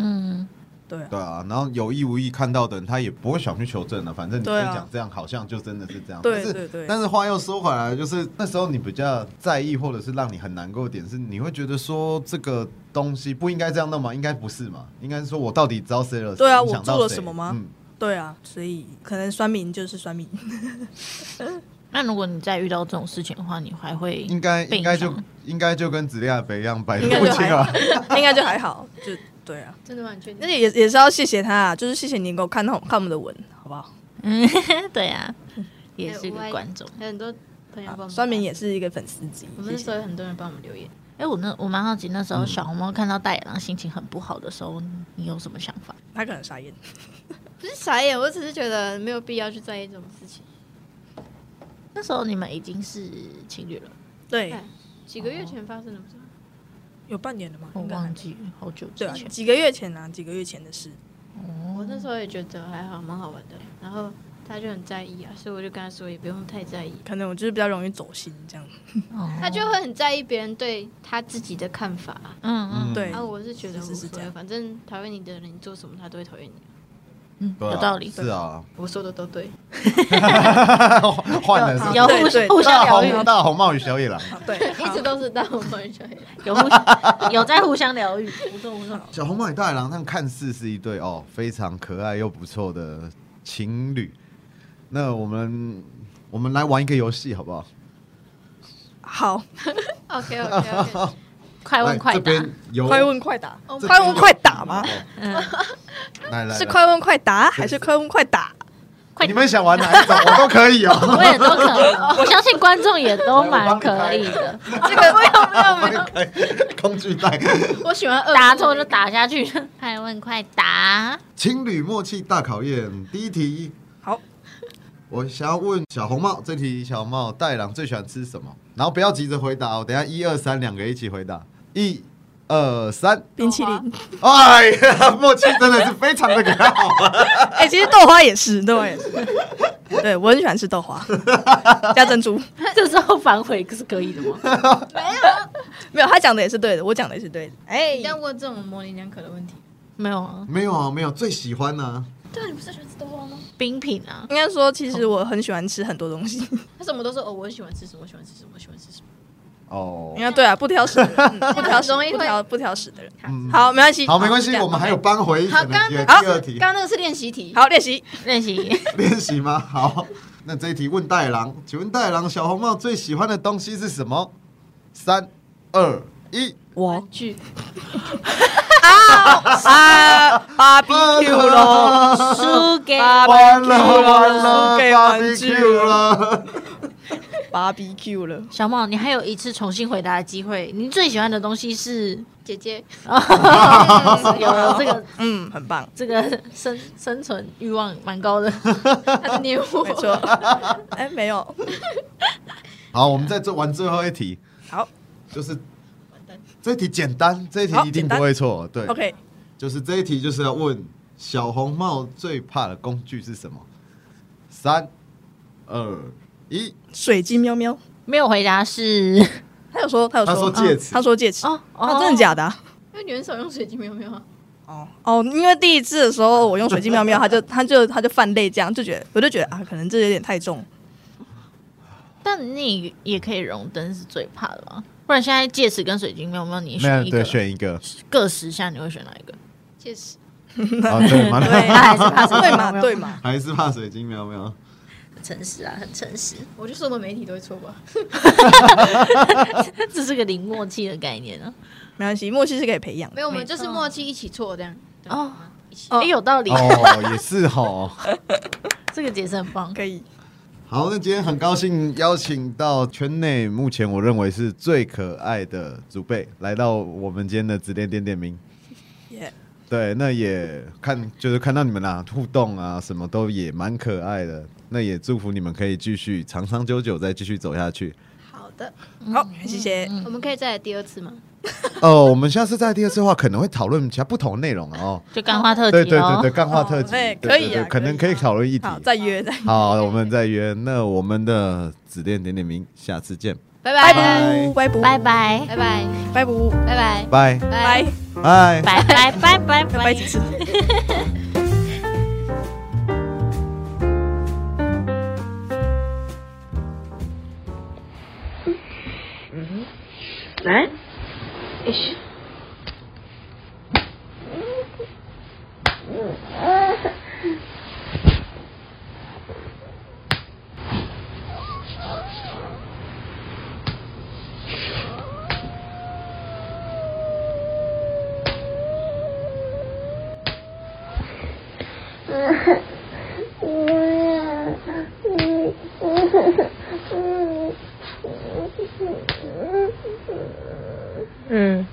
A: 嗯，
C: 对啊，
B: 对啊。然后有意无意看到的人，他也不会想去求证了、反正你
C: 对
B: 跟
C: 啊
B: 讲这样，好像就真的是这样。
C: 对
B: 但是
C: 对对
B: 但是话又说回来，就是那时候你比较在意，或者是让你很难过的点是，你会觉得说这个东西不应该这样弄嘛？应该不是嘛？应该是说我到底招谁了？
C: 对啊
B: 影响到
C: 我做了
B: 谁
C: 什么吗
B: 嗯
C: 对啊，所以可能酸敏就是酸敏。
A: 那如果你再遇到这种事情的话，你还会
B: 应该
A: 被
B: 应该就
A: 影响
B: 应该就跟子利亚北一样百毒
C: 应该
B: 不
C: 就哎
B: 侵
C: 还
B: 啊
C: 好。， <laughs> 应该就还好，就对啊。
D: 真的完全，
C: 那也也是要谢谢他、啊，就是谢谢你给我看到看我们的文，好不好？
A: 嗯， <laughs> 对啊，也是个观众。
D: 还有很多朋友帮我
B: 啊
D: 们，
C: 啊酸敏也是一个粉丝之一
D: 我，们
C: 谢
D: 那时候
C: 谢。
D: 有很多人帮我们留言，
A: 哎、我那我蛮好奇，那
B: 嗯
A: 时候小红帽看到大野狼心情很不好的时候，你有什么想法？
C: 他可能傻眼，
D: 不是傻眼，我只是觉得没有必要去在意这种事情。
A: 那时候你们已经是情侣了，
C: 对，
D: 哎几个月前发生的，不是吗？
C: 有半年了吗？
A: 我
C: 应该还
A: 忘
C: 没
A: 记好久之
C: 对啊，
A: 前。哦
C: 几个月前啊，几个月前的事。
D: 我那时候也觉得还好，蛮好玩的。然后他就很在意啊，所以我就跟他说也不用太在意。
C: 可能我就是比较容易走心这样。
A: 哦
D: 他就会很在意别人对他自己的看法啊。
A: 嗯嗯
B: 嗯
C: 对
D: 啊，我是觉得
C: 是是
D: 无
C: 是
D: 所
C: 这
D: 谓，
C: 样
D: 反正讨厌你的人，你做什么他都会讨 <laughs> 厌你。
A: 嗯，
B: 对啊
A: 有道理。
B: 是啊， <laughs>
D: 我说的都对，
B: 换了是
A: 有
B: 吧
A: 互
C: 对对
A: 互相
B: 大
A: 疗愈，
B: 红大红帽与小野狼，
C: 啊，对，
D: 一直都是当我朋友圈。 <laughs>
A: 有互相 <laughs> 有在互相疗愈。不错不错，
B: 小红帽与大野狼，他们看似是一对哦，非常可爱又不错的情侣。那我们我们来玩一个游戏好不好？
C: 好，
D: OK OK OK，
A: 快问快
B: 来这
A: 答。
B: 边有
C: 快问快答，
D: 哦
B: 这边
C: 快问快答吗？
B: 有
A: 嗯，
B: 来来
C: 是
B: 来
C: 快问快答还是快问快打？
A: 快
B: 你们想玩哪一种？我都可以哦。 <laughs>
A: 我也都可以，我相信观众也都蛮可以的。
C: 这个
D: 没有没有，
B: 工具袋，
D: 我喜欢恶
A: 答错就打下去，快问快答。
B: 情侣默契大考验。第一题，
C: 好，
B: 我想要问小红帽这题，小红帽戴狼最喜欢吃什么？然后不要急着回答哦，等一下一二三两个一起回答，一二三，
C: 冰淇淋，
B: 哎呀，默契真的是非常的好。
C: <laughs> 哎，其实豆花也是，豆花也是。对，我很喜欢吃豆花，加珍珠。
A: 这时候反悔是可以的吗？
C: 没有，他讲的也是对的，我讲的也是对的。哎
D: 你，要问这种模棱两可的问题。
A: 没有啊，
B: 没有啊，没有，最喜欢呢、
D: 对啊，你不是喜欢吃豆花吗？
A: 冰品啊，
C: 应该说，其实我很喜欢吃很多东西。
D: 他什么都说哦，我喜欢吃什么，我喜欢吃什么，我喜欢 <laughs> 吃什么。
B: 哦
C: 应，该对啊，不挑食的人，嗯不挑食，
D: 容易会
C: 不挑不挑食的人。
B: 嗯，
C: 好，没关系，
B: 好，没关系，
C: 就这样
B: 我们还有扳回一
D: 好，
B: 城的
D: 刚
B: 机会。
D: 刚
B: 第二题
D: 刚刚那个是练习题。
C: 好练习。
A: 任性。
B: 练习吗？好，那这一题问戴狼，请问戴狼小红帽最喜欢的东西是什么？三二一。
C: 我
D: 剧
C: 啊，BBQ
B: <laughs>
C: 咯，啊
A: 输给
B: 完了完
C: 输
B: 了
C: 给玩具
B: ，BBQ 了。
C: ，BBQ 了。
A: 小茂，你还有一次重新回答的机会。你最喜欢的东西 <laughs> 是？
D: 姐 <laughs> 姐， <laughs>
A: 有有这个
C: 嗯，很棒，
A: 这个生生存欲望蛮高 <laughs> 的。
D: 她在捏我
C: 没。错。哎，没有，
B: 好，我们再做玩最后一题，
C: 好
B: 就是这一题简单，这一题
C: 好
B: 一定不
C: 简单
B: 会错。对
C: ，OK，
B: 就是这一题就是要问小红帽最怕的工具是什么？三二一，
C: 水晶喵喵。
A: 没有回答是
C: 他有说，他有
B: 他说
C: 说
B: 戒指
C: 他说戒指。
A: 哦
C: 哦，真的假的啊？
D: 因为你很少用水晶喵喵啊。
C: 哦哦，因为第一次的时候我用水晶喵 <laughs> 喵，他就他就他就犯泪，这样就觉得我就觉得啊，可能这有点太重。
A: 但你也可以荣登是最怕的吧？不然现在戒尺跟水晶面，我们让你
B: 没有
A: 选一
B: 对
A: 个，
B: 选
A: <laughs>
B: 一个，
A: 各十下，你会选哪一个？
D: 确实，
B: 啊对吗？
C: 对
A: <laughs> 他还是怕水
C: 对
A: 晶
C: 嘛
A: 喵
C: 对嘛，
B: 还是怕水晶喵喵，
A: 很诚实啊，很诚实，
D: 我就说的媒体都会错吧。
A: 这是个零默契的概念啊。
C: 没关系，默契是可以培养的
D: 没。有，我们就是默契一起错这样。
A: 哦
D: 哦，
A: 哎、有道理，
B: 哦，也是吼。
A: 这个解释很棒。
C: 可以，
B: 好，那今天很高兴邀请到圈内目前我认为是最可爱的祖辈来到我们今天的指点点点名。
C: 耶，
B: 对，那也看就是看到你们啦、互动啊，什么都也蛮可爱的。那也祝福你们可以继续长长久久，再继续走下去。
D: 好的，
C: 好，谢谢。
B: 嗯
D: 我们可以再来第二次吗？
B: 哦，我们下次在第二次的话，可能会讨论其他不同的内容啊哦。
A: 就干花特
B: 对
A: 辑
B: 对对
A: 喽
B: 对，，干话特辑，
C: 哦哎
B: 对
C: 可以
B: 对
C: 啊
B: 对
C: 可以
B: 可能可以讨论议题。
C: 好，再约再。
B: 好，我们再约。那我们的指点点点名，下次见，
D: 拜
C: 拜
D: 拜，
C: 拜拜拜
A: 拜拜
D: 拜拜，
C: 拜不
D: 拜
B: 拜
D: 拜，拜
C: 拜。
A: 拜
B: 拜。
A: 拜拜拜
C: 要
A: 拜
C: 拜几。次？
E: 嗯。